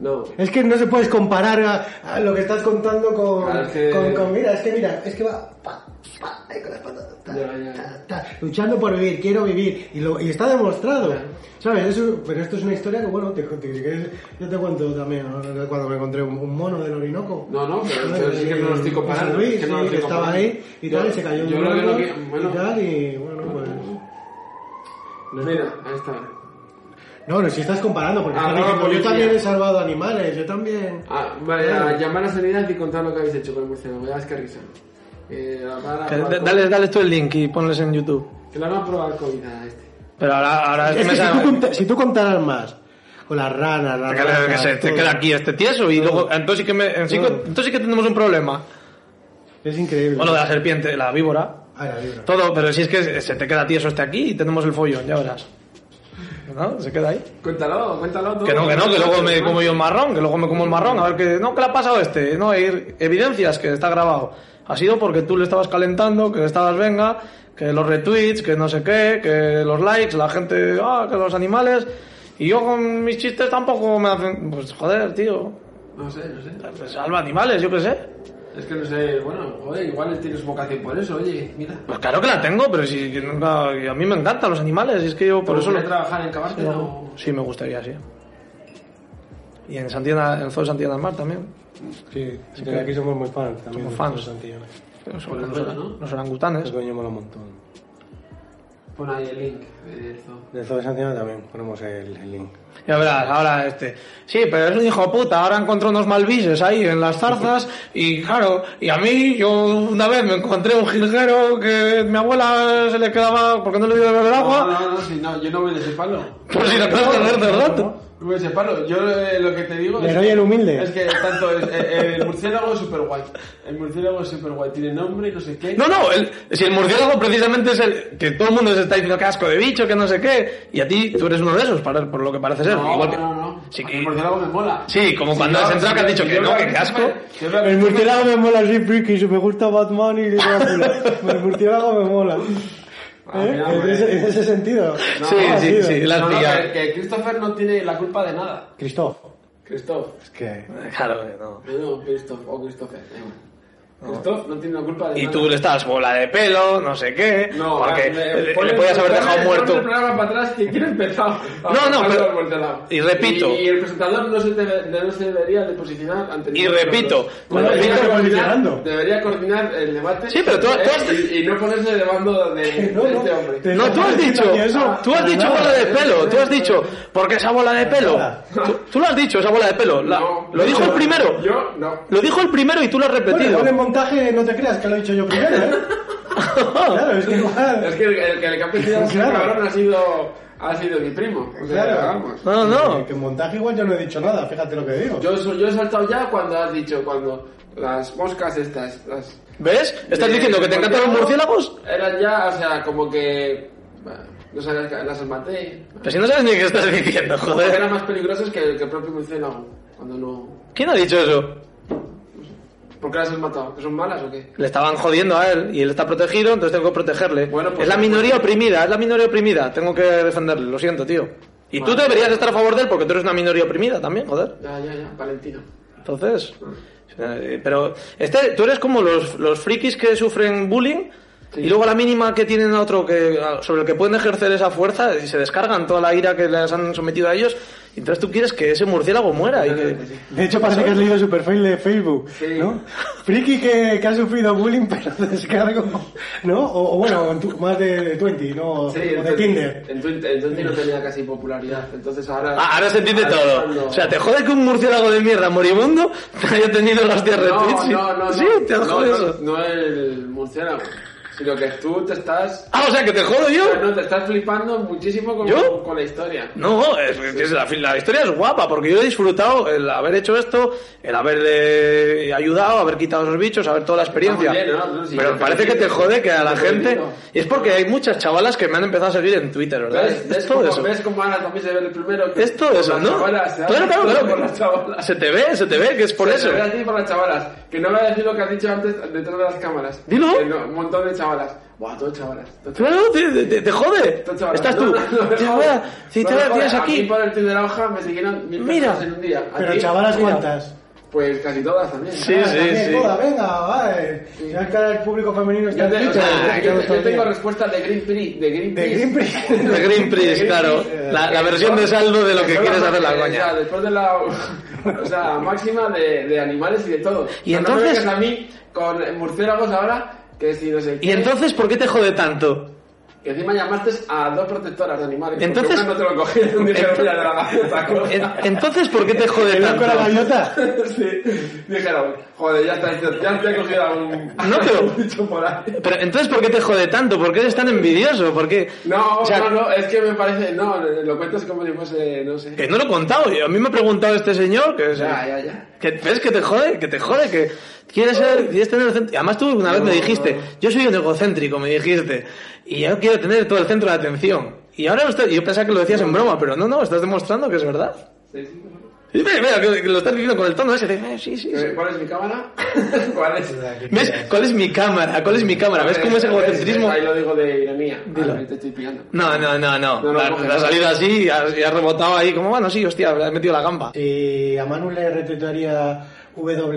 Speaker 3: No.
Speaker 1: Es que no se puedes comparar a, a lo que estás contando con,
Speaker 3: Claro, Ah, es que-
Speaker 1: con, con- Mira, es que mira, es que va... pa, pa, ahí con la espalda, ta,
Speaker 3: Ya, ya.
Speaker 1: ta, ta, luchando por vivir, quiero vivir. Y, lo, y está demostrado.
Speaker 3: Claro.
Speaker 1: ¿Sabes? Eso- pero esto es una historia que, bueno, te, te- si quieres, yo te cuento también ¿no? cuando me encontré un, un mono del Orinoco.
Speaker 3: No, no, pero, pero sí que no lo estoy comparando.
Speaker 1: José Luis,
Speaker 3: es que no lo
Speaker 1: sí,
Speaker 3: estoy
Speaker 1: que estaba
Speaker 3: comparando.
Speaker 1: ahí y tal, y se cayó
Speaker 3: Yo
Speaker 1: un
Speaker 3: lo que no
Speaker 1: árbol
Speaker 3: que... Bueno, Pues
Speaker 1: y tal, y bueno, pues...
Speaker 3: mira, ahí está.
Speaker 1: No, no, si estás comparando, porque
Speaker 3: Ah,
Speaker 1: estás
Speaker 3: no,
Speaker 1: diciendo, yo
Speaker 3: policía.
Speaker 1: también he salvado animales, yo también...
Speaker 3: Ah, vale, a llamar a sanidad y contar lo que habéis hecho con el murciélago. Ya es que risa. Eh, la
Speaker 2: Que da- Dale, dale tú el link y ponles en YouTube.
Speaker 3: Que la van a probar COVID a este.
Speaker 2: Pero ahora, ahora
Speaker 1: Es
Speaker 2: me
Speaker 1: que si
Speaker 2: sabe-
Speaker 1: tú, conta- si tú contaras más con las ranas, las
Speaker 2: Que- que- que
Speaker 1: ratas,
Speaker 2: se te
Speaker 1: todo,
Speaker 2: queda aquí este tieso y luego entonces sí que me- en sí que-
Speaker 1: Todo.
Speaker 2: entonces sí que tenemos un problema
Speaker 1: Es increíble.
Speaker 2: bueno de la serpiente la víbora
Speaker 1: Ay, la libra.
Speaker 2: todo pero si es que se te queda tieso este aquí y tenemos el follón ya verás ¿no? se queda ahí
Speaker 3: Cuéntalo, cuéntalo todo.
Speaker 2: que no que no que luego me como yo el marrón que luego me como el marrón a ver que no que le ha pasado a este no hay evidencias que está grabado ha sido porque tú le estabas calentando que le estabas venga que los retweets que no sé qué que los likes la gente ah que los animales y yo con mis chistes tampoco me hacen pues joder tío
Speaker 3: No sé, no sé.
Speaker 2: Pues salva animales, yo qué sé.
Speaker 3: Es que no sé, bueno, joder, igual tienes vocación por eso, oye, mira.
Speaker 2: Pues claro que la tengo, pero si que nunca- a mí me encantan los animales, y es que yo por
Speaker 3: ¿Te
Speaker 2: eso...
Speaker 3: gustaría
Speaker 2: lo-
Speaker 3: trabajar en Cabarte o...?
Speaker 2: Sí, me gustaría, sí. Y en Santiana, en el Zoo de Santiana del Mar también.
Speaker 1: Sí, sí, que aquí somos muy fans también.
Speaker 2: Somos
Speaker 1: de
Speaker 2: fans.
Speaker 1: los santillones.
Speaker 2: Los,
Speaker 3: Por la
Speaker 2: los-
Speaker 3: zona, ¿no?
Speaker 2: los orangutanes.
Speaker 1: Eso coño mola un montón.
Speaker 3: Pon ahí el link de esto.
Speaker 1: De Zoo de Santiago también ponemos el, el link.
Speaker 2: Ya verás, ahora este... Sí, pero es un hijo puta, ahora encontró unos malvises ahí en las zarzas y claro, y a mí yo una vez me encontré un jilguero que mi abuela se le quedaba porque no le dio de beber
Speaker 3: No,
Speaker 2: agua.
Speaker 3: no, no, si no, yo no voy de ese palo.
Speaker 2: Pues si la acabas de ver de rato.
Speaker 3: No voy de ese palo. Yo eh, lo que te digo
Speaker 1: Le doy el humilde.
Speaker 3: Es que tanto el, el- el murciélago es súper guay. El murciélago es súper guay. Tiene nombre, no sé qué.
Speaker 2: No, no, el- si el murciélago precisamente es el que todo el mundo se está diciendo que asco de bicho, que no sé qué, y a ti tú eres uno de esos, para- por lo que parece ser.
Speaker 3: No,
Speaker 2: Igual que-
Speaker 3: no, no.
Speaker 2: Sí,
Speaker 3: El murciélago me mola.
Speaker 2: sí, como cuando has entrado que has dicho que no, que asco.
Speaker 1: El murciélago me mola, sí, friki, si me gusta Batman y Drácula. el murciélago me mola.
Speaker 3: Ah,
Speaker 1: ¿Eh?
Speaker 3: mira,
Speaker 1: en,
Speaker 3: hombre.
Speaker 1: ese, en ese sentido.
Speaker 2: Sí,
Speaker 1: Ah,
Speaker 2: sí,
Speaker 1: tío.
Speaker 2: sí, la-
Speaker 3: No, no,
Speaker 2: pillado.
Speaker 3: que, que Christopher no tiene la culpa de nada.
Speaker 1: Christoph,
Speaker 3: Christoph.
Speaker 1: es que...
Speaker 2: Claro, que no.
Speaker 3: No, Christoph o Christopher. da igual. Christoph no tiene la culpa de
Speaker 2: Y
Speaker 3: nada.
Speaker 2: tú le estabas bola de pelo, no sé qué,
Speaker 3: No,
Speaker 2: porque
Speaker 3: eh,
Speaker 2: le,
Speaker 3: ponle-
Speaker 2: le podías haber
Speaker 3: ponle-
Speaker 2: dejado
Speaker 3: ponle
Speaker 2: muerto.
Speaker 3: el programa para atrás que quiere empezar. a-
Speaker 2: No, no,
Speaker 3: a
Speaker 2: pero-
Speaker 3: hablar por el lado.
Speaker 2: y repito.
Speaker 3: Y, y el presentador no se, debe- no se debería de posicionar ante.
Speaker 2: Y
Speaker 3: ninguno de los
Speaker 2: repito,
Speaker 3: dos.
Speaker 2: bueno,
Speaker 3: debería,
Speaker 1: repito,
Speaker 3: coordinar,
Speaker 1: posicionando.
Speaker 3: debería coordinar el debate. eh,
Speaker 2: Sí, pero tú- tú has-
Speaker 3: y, y no ponerse de bando de, de
Speaker 1: No, no,
Speaker 3: este hombre.
Speaker 1: te-
Speaker 2: No, tú has dicho,
Speaker 1: Eso,
Speaker 2: tú has
Speaker 1: para
Speaker 2: dicho
Speaker 1: nada.
Speaker 2: bola de pelo, tú has dicho, porque esa bola de pelo, tú, tú lo has dicho, esa bola de pelo, la-
Speaker 3: No,
Speaker 2: lo dijo
Speaker 3: no,
Speaker 2: el primero,
Speaker 3: Yo no.
Speaker 2: lo dijo el primero y tú lo has
Speaker 1: Bueno,
Speaker 2: repetido.
Speaker 1: igual en
Speaker 2: (laughs)
Speaker 1: montaje no te creas que lo he dicho yo primero, ¿eh? claro, es que igual...
Speaker 3: Es que el, el que le ha pedido a
Speaker 1: Claro.
Speaker 3: cabrón ha sido, ha sido mi primo. O sea,
Speaker 1: Claro.
Speaker 3: vamos.
Speaker 2: No, no.
Speaker 1: Que en montaje igual yo no he dicho nada, fíjate lo que digo.
Speaker 3: Yo, so- yo he saltado ya cuando has dicho, cuando las moscas estas, las...
Speaker 2: ¿Ves? ¿Estás
Speaker 3: de-
Speaker 2: diciendo que te encantan los murciélagos?
Speaker 3: Eran ya, o sea, como que... bueno, No sabías que las maté.
Speaker 2: Pero si no sabes ni qué estás diciendo,
Speaker 3: Como que
Speaker 2: joder.
Speaker 3: eran más peligrosas que el, que el propio murciélago. Cuando no...
Speaker 2: ¿Quién ha dicho eso?
Speaker 3: ¿Por qué las has matado? ¿Que son malas o qué?
Speaker 2: Le estaban jodiendo a él y él está protegido, entonces tengo que protegerle.
Speaker 3: Bueno, pues-
Speaker 2: es la minoría oprimida, es la minoría oprimida. Tengo que defenderle, lo siento, tío. Y tú
Speaker 3: Vale.
Speaker 2: deberías estar a favor de él porque tú eres una minoría oprimida también, joder.
Speaker 3: Ya, ya, ya, Valentino.
Speaker 2: Entonces. eh, Pero este, tú eres como los, los frikis que sufren bullying
Speaker 3: Sí.
Speaker 2: y luego a la mínima que tienen a otro que, a- sobre el que pueden ejercer esa fuerza y se descargan toda la ira que les han sometido a ellos. y Entonces tú quieres que ese murciélago muera y que.
Speaker 3: Sí.
Speaker 1: De hecho, parece que has leído Superfail de Facebook,
Speaker 3: Sí.
Speaker 1: ¿no? Friki que, que ha sufrido bullying, (laughs) pero descargo, ¿no? O, o bueno, en tu- más de, de 20, ¿no?
Speaker 3: Sí,
Speaker 1: o de Tinder.
Speaker 3: En Twitter, en Twitter no tenía casi popularidad, entonces ahora...
Speaker 2: Ah, ahora se entiende
Speaker 3: ahora
Speaker 2: todo.
Speaker 3: cuando-
Speaker 2: O sea, te jode que un murciélago de mierda moribundo te haya tenido las 10
Speaker 3: no,
Speaker 2: retweets.
Speaker 3: no, no,
Speaker 2: sí,
Speaker 3: no,
Speaker 2: te
Speaker 3: no,
Speaker 2: jode
Speaker 3: no,
Speaker 2: eso.
Speaker 3: No el murciélago, sino que tú te estás...
Speaker 2: Ah, o sea, que te jodo yo.
Speaker 3: No, te estás flipando muchísimo con,
Speaker 2: ¿Yo?
Speaker 3: con la historia.
Speaker 2: No, es- es- la, fi- la historia es guapa, porque yo he disfrutado el haber hecho esto, el haber eh, ayudado, haber quitado esos bichos, haber toda la experiencia.
Speaker 3: muy bien, ¿no? No, sí,
Speaker 2: Pero
Speaker 3: lo
Speaker 2: parece que
Speaker 3: felicito.
Speaker 2: te jode que a la
Speaker 3: Lo
Speaker 2: gente...
Speaker 3: felicito.
Speaker 2: Y es porque hay muchas chavalas que me han empezado a seguir en Twitter, ¿verdad?
Speaker 3: ¿Ves?
Speaker 2: Es
Speaker 3: ¿Ves,
Speaker 2: todo
Speaker 3: cómo,
Speaker 2: eso.
Speaker 3: ¿Ves cómo ahora también se ve el primero? que-
Speaker 2: Es todo
Speaker 3: por
Speaker 2: eso,
Speaker 3: las
Speaker 2: ¿no?
Speaker 3: Chavalas, ¿eh?
Speaker 2: claro, claro, claro.
Speaker 3: Por las chavalas.
Speaker 2: Se te ve, se te ve que es por
Speaker 3: Se
Speaker 2: eso.
Speaker 3: te ve a ti por las chavalas. Que no voy a decir lo que has dicho antes detrás de las cámaras.
Speaker 2: Dilo.
Speaker 3: Que no, un montón de chavalas. Buah, todos chavalas. todos
Speaker 2: Claro, te, te- te jode.
Speaker 3: Todos chavalas.
Speaker 2: Estás tú.
Speaker 3: No, no, no,
Speaker 2: Te
Speaker 3: no,
Speaker 2: joda,
Speaker 3: no,
Speaker 2: Si
Speaker 3: no
Speaker 2: te
Speaker 3: me
Speaker 2: la tienes
Speaker 3: jodas. A mí
Speaker 2: aquí.
Speaker 3: por el Twitter de la hoja me siguieron mil
Speaker 2: Mira.
Speaker 3: personas en un día. A
Speaker 1: Pero
Speaker 3: ti,
Speaker 1: chavalas,
Speaker 3: mira,
Speaker 1: ¿cuántas?
Speaker 3: Pues casi todas también.
Speaker 2: Sí,
Speaker 1: Ah,
Speaker 2: sí,
Speaker 1: también,
Speaker 2: sí.
Speaker 1: Toda, venga, vale. Ya es que ahora el público femenino está
Speaker 3: Yo,
Speaker 1: en
Speaker 3: te- o
Speaker 1: Twitter.
Speaker 3: sea,
Speaker 1: ya
Speaker 3: yo-
Speaker 1: estamos
Speaker 3: yo tengo
Speaker 1: también.
Speaker 3: respuesta de Greenpeace. De
Speaker 1: De
Speaker 3: Greenpeace. (laughs)
Speaker 1: Greenpeace.
Speaker 2: De Greenpeace, claro.
Speaker 3: eh,
Speaker 2: La, la versión de saldo de lo que
Speaker 3: Después
Speaker 2: quieres
Speaker 3: de-
Speaker 2: hacer la
Speaker 3: O sea,
Speaker 2: coña.
Speaker 3: después de la o sea, máxima de, de animales y de todo.
Speaker 2: Y
Speaker 3: O sea, no me
Speaker 2: entonces-
Speaker 3: vengas a mí con murciélagos ahora que si no sé
Speaker 2: ¿Y
Speaker 3: qué,
Speaker 2: entonces por qué te jode tanto?
Speaker 3: que encima llamaste a dos protectoras de animales.
Speaker 2: Entonces-
Speaker 3: porque una no te lo (laughs) cogieron dije,
Speaker 2: Entonces-
Speaker 3: mira, la gaviota, coja".
Speaker 2: En- Entonces, ¿por qué te jode
Speaker 1: ¿El loco la
Speaker 2: tanto?
Speaker 1: gaviota?
Speaker 3: (laughs) Sí. Dijeron, joder, ya está, ya te ha cogido (laughs) a un,
Speaker 2: No, pero-
Speaker 3: un bicho por ahí.
Speaker 2: Pero entonces, ¿por qué te jode tanto? ¿Por qué eres tan envidioso? ¿Por qué?
Speaker 3: No,
Speaker 2: O sea,
Speaker 3: no, no, es que me parece, no, lo cuentas como si fuese, no sé.
Speaker 2: Que no lo he contado. yo- A mí me ha preguntado este señor que...
Speaker 3: Ya, ya, ya.
Speaker 2: Que ves que te jode, que te jode, que quieres ser, quieres tener el centro. y Además tú una vez me dijiste, yo soy un egocéntrico, me dijiste, y yo quiero tener todo el centro de atención. Y ahora lo estás- yo pensaba que lo decías en broma, pero no, no, estás demostrando que es verdad.
Speaker 3: Sí, sí, sí.
Speaker 2: Y mira, mira, que que lo estás diciendo con el tono ese de, "Eh, sí, sí, sí".
Speaker 3: ¿Cuál es mi cámara? ¿Cuál es?
Speaker 2: ¿Ves cuál es mi cámara? ¿Cuál es mi cámara? ¿Ves cómo es egocentrismo?
Speaker 3: Ahí lo digo de ironía.
Speaker 2: Dilo.
Speaker 3: Ah, te estoy pillando.
Speaker 2: No, no, no, no.
Speaker 3: No, no,
Speaker 2: La-
Speaker 3: no, no.
Speaker 2: la ha salido así y ha, y ha rebotado ahí, como, bueno, sí, hostia, le he metido la gamba.
Speaker 1: Si a Manu le retuitaría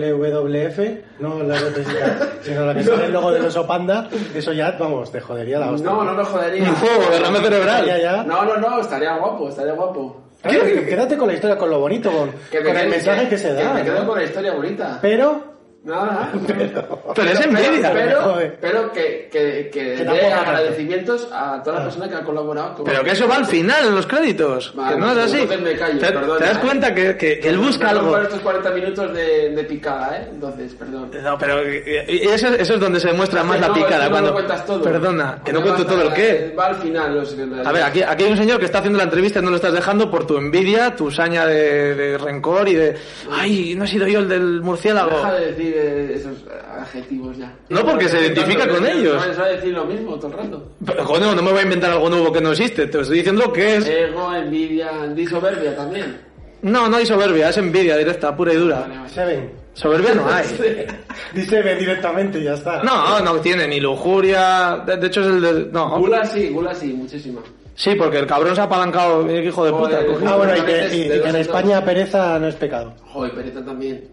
Speaker 1: WWF, no la retuitaría, sino
Speaker 3: (laughs)
Speaker 1: la que sale el logo del oso panda, eso ya, vamos, te jodería la hostia.
Speaker 3: No, no lo jodería.
Speaker 2: Un juego, derrame cerebral.
Speaker 1: Ya, ya.
Speaker 3: No, no, no, estaría guapo, estaría guapo.
Speaker 1: Claro, que- Quédate con la historia, con lo bonito, con,
Speaker 3: me
Speaker 1: con el
Speaker 3: quede-
Speaker 1: mensaje que se da.
Speaker 3: me quedo
Speaker 1: ¿no?
Speaker 3: con la historia bonita.
Speaker 1: Pero,
Speaker 3: Nada, pero,
Speaker 2: Pero es envidia.
Speaker 1: pero-
Speaker 3: Pero,
Speaker 1: Joder.
Speaker 3: pero que, que, que
Speaker 1: Que
Speaker 3: dé
Speaker 1: tampoco tanto.
Speaker 3: agradecimientos a toda la persona que ha colaborado con.
Speaker 2: Pero que eso va al final, en los créditos.
Speaker 3: Vale,
Speaker 2: que no es
Speaker 3: pues
Speaker 2: así.
Speaker 3: entonces me callo,
Speaker 2: te,
Speaker 3: perdona,
Speaker 2: te das
Speaker 3: eh.
Speaker 2: cuenta que, que- que él busca
Speaker 3: Perdón
Speaker 2: algo.
Speaker 3: por estos 40 minutos de, de picada, ¿eh? Entonces, perdón.
Speaker 2: No, pero eh, eso, eso es donde se demuestra más
Speaker 3: No, es
Speaker 2: la
Speaker 3: que
Speaker 2: picada.
Speaker 3: no
Speaker 2: cuando...
Speaker 3: lo cuentas todo.
Speaker 2: Perdona, que no
Speaker 3: Porque
Speaker 2: cuento
Speaker 3: vas a-
Speaker 2: todo el qué.
Speaker 3: Va al final, los secundarios.
Speaker 2: A ver, aquí, aquí hay un señor que está haciendo la entrevista y no lo estás dejando por tu envidia, tu saña de, de rencor y de... Ay, no he sido yo el del murciélago.
Speaker 3: Deja de decir eh, esos adjetivos ya.
Speaker 2: No, porque se identifica con ellos.
Speaker 3: No, va a decir lo mismo todo el rato.
Speaker 2: Pero, joder, no, no me voy a inventar algo nuevo que no existe. Te estoy diciendo lo que es.
Speaker 3: Ego, envidia, di soberbia también.
Speaker 2: No, no hay soberbia, es envidia directa, pura y
Speaker 3: Vale,
Speaker 2: dura.
Speaker 3: vale. (laughs)
Speaker 1: Seven.
Speaker 2: Soberbia no hay.
Speaker 1: Dice ven directamente, ya está.
Speaker 2: No, no tiene ni lujuria. De, de hecho, es el de. No.
Speaker 3: Gula sí, gula sí, muchísima.
Speaker 2: Sí, porque el cabrón se ha apalancado, eh, hijo de puta.
Speaker 3: Joder.
Speaker 2: cogió.
Speaker 1: Ah, bueno, y que, y- y que en España pereza no es pecado.
Speaker 3: Joder, pereza también.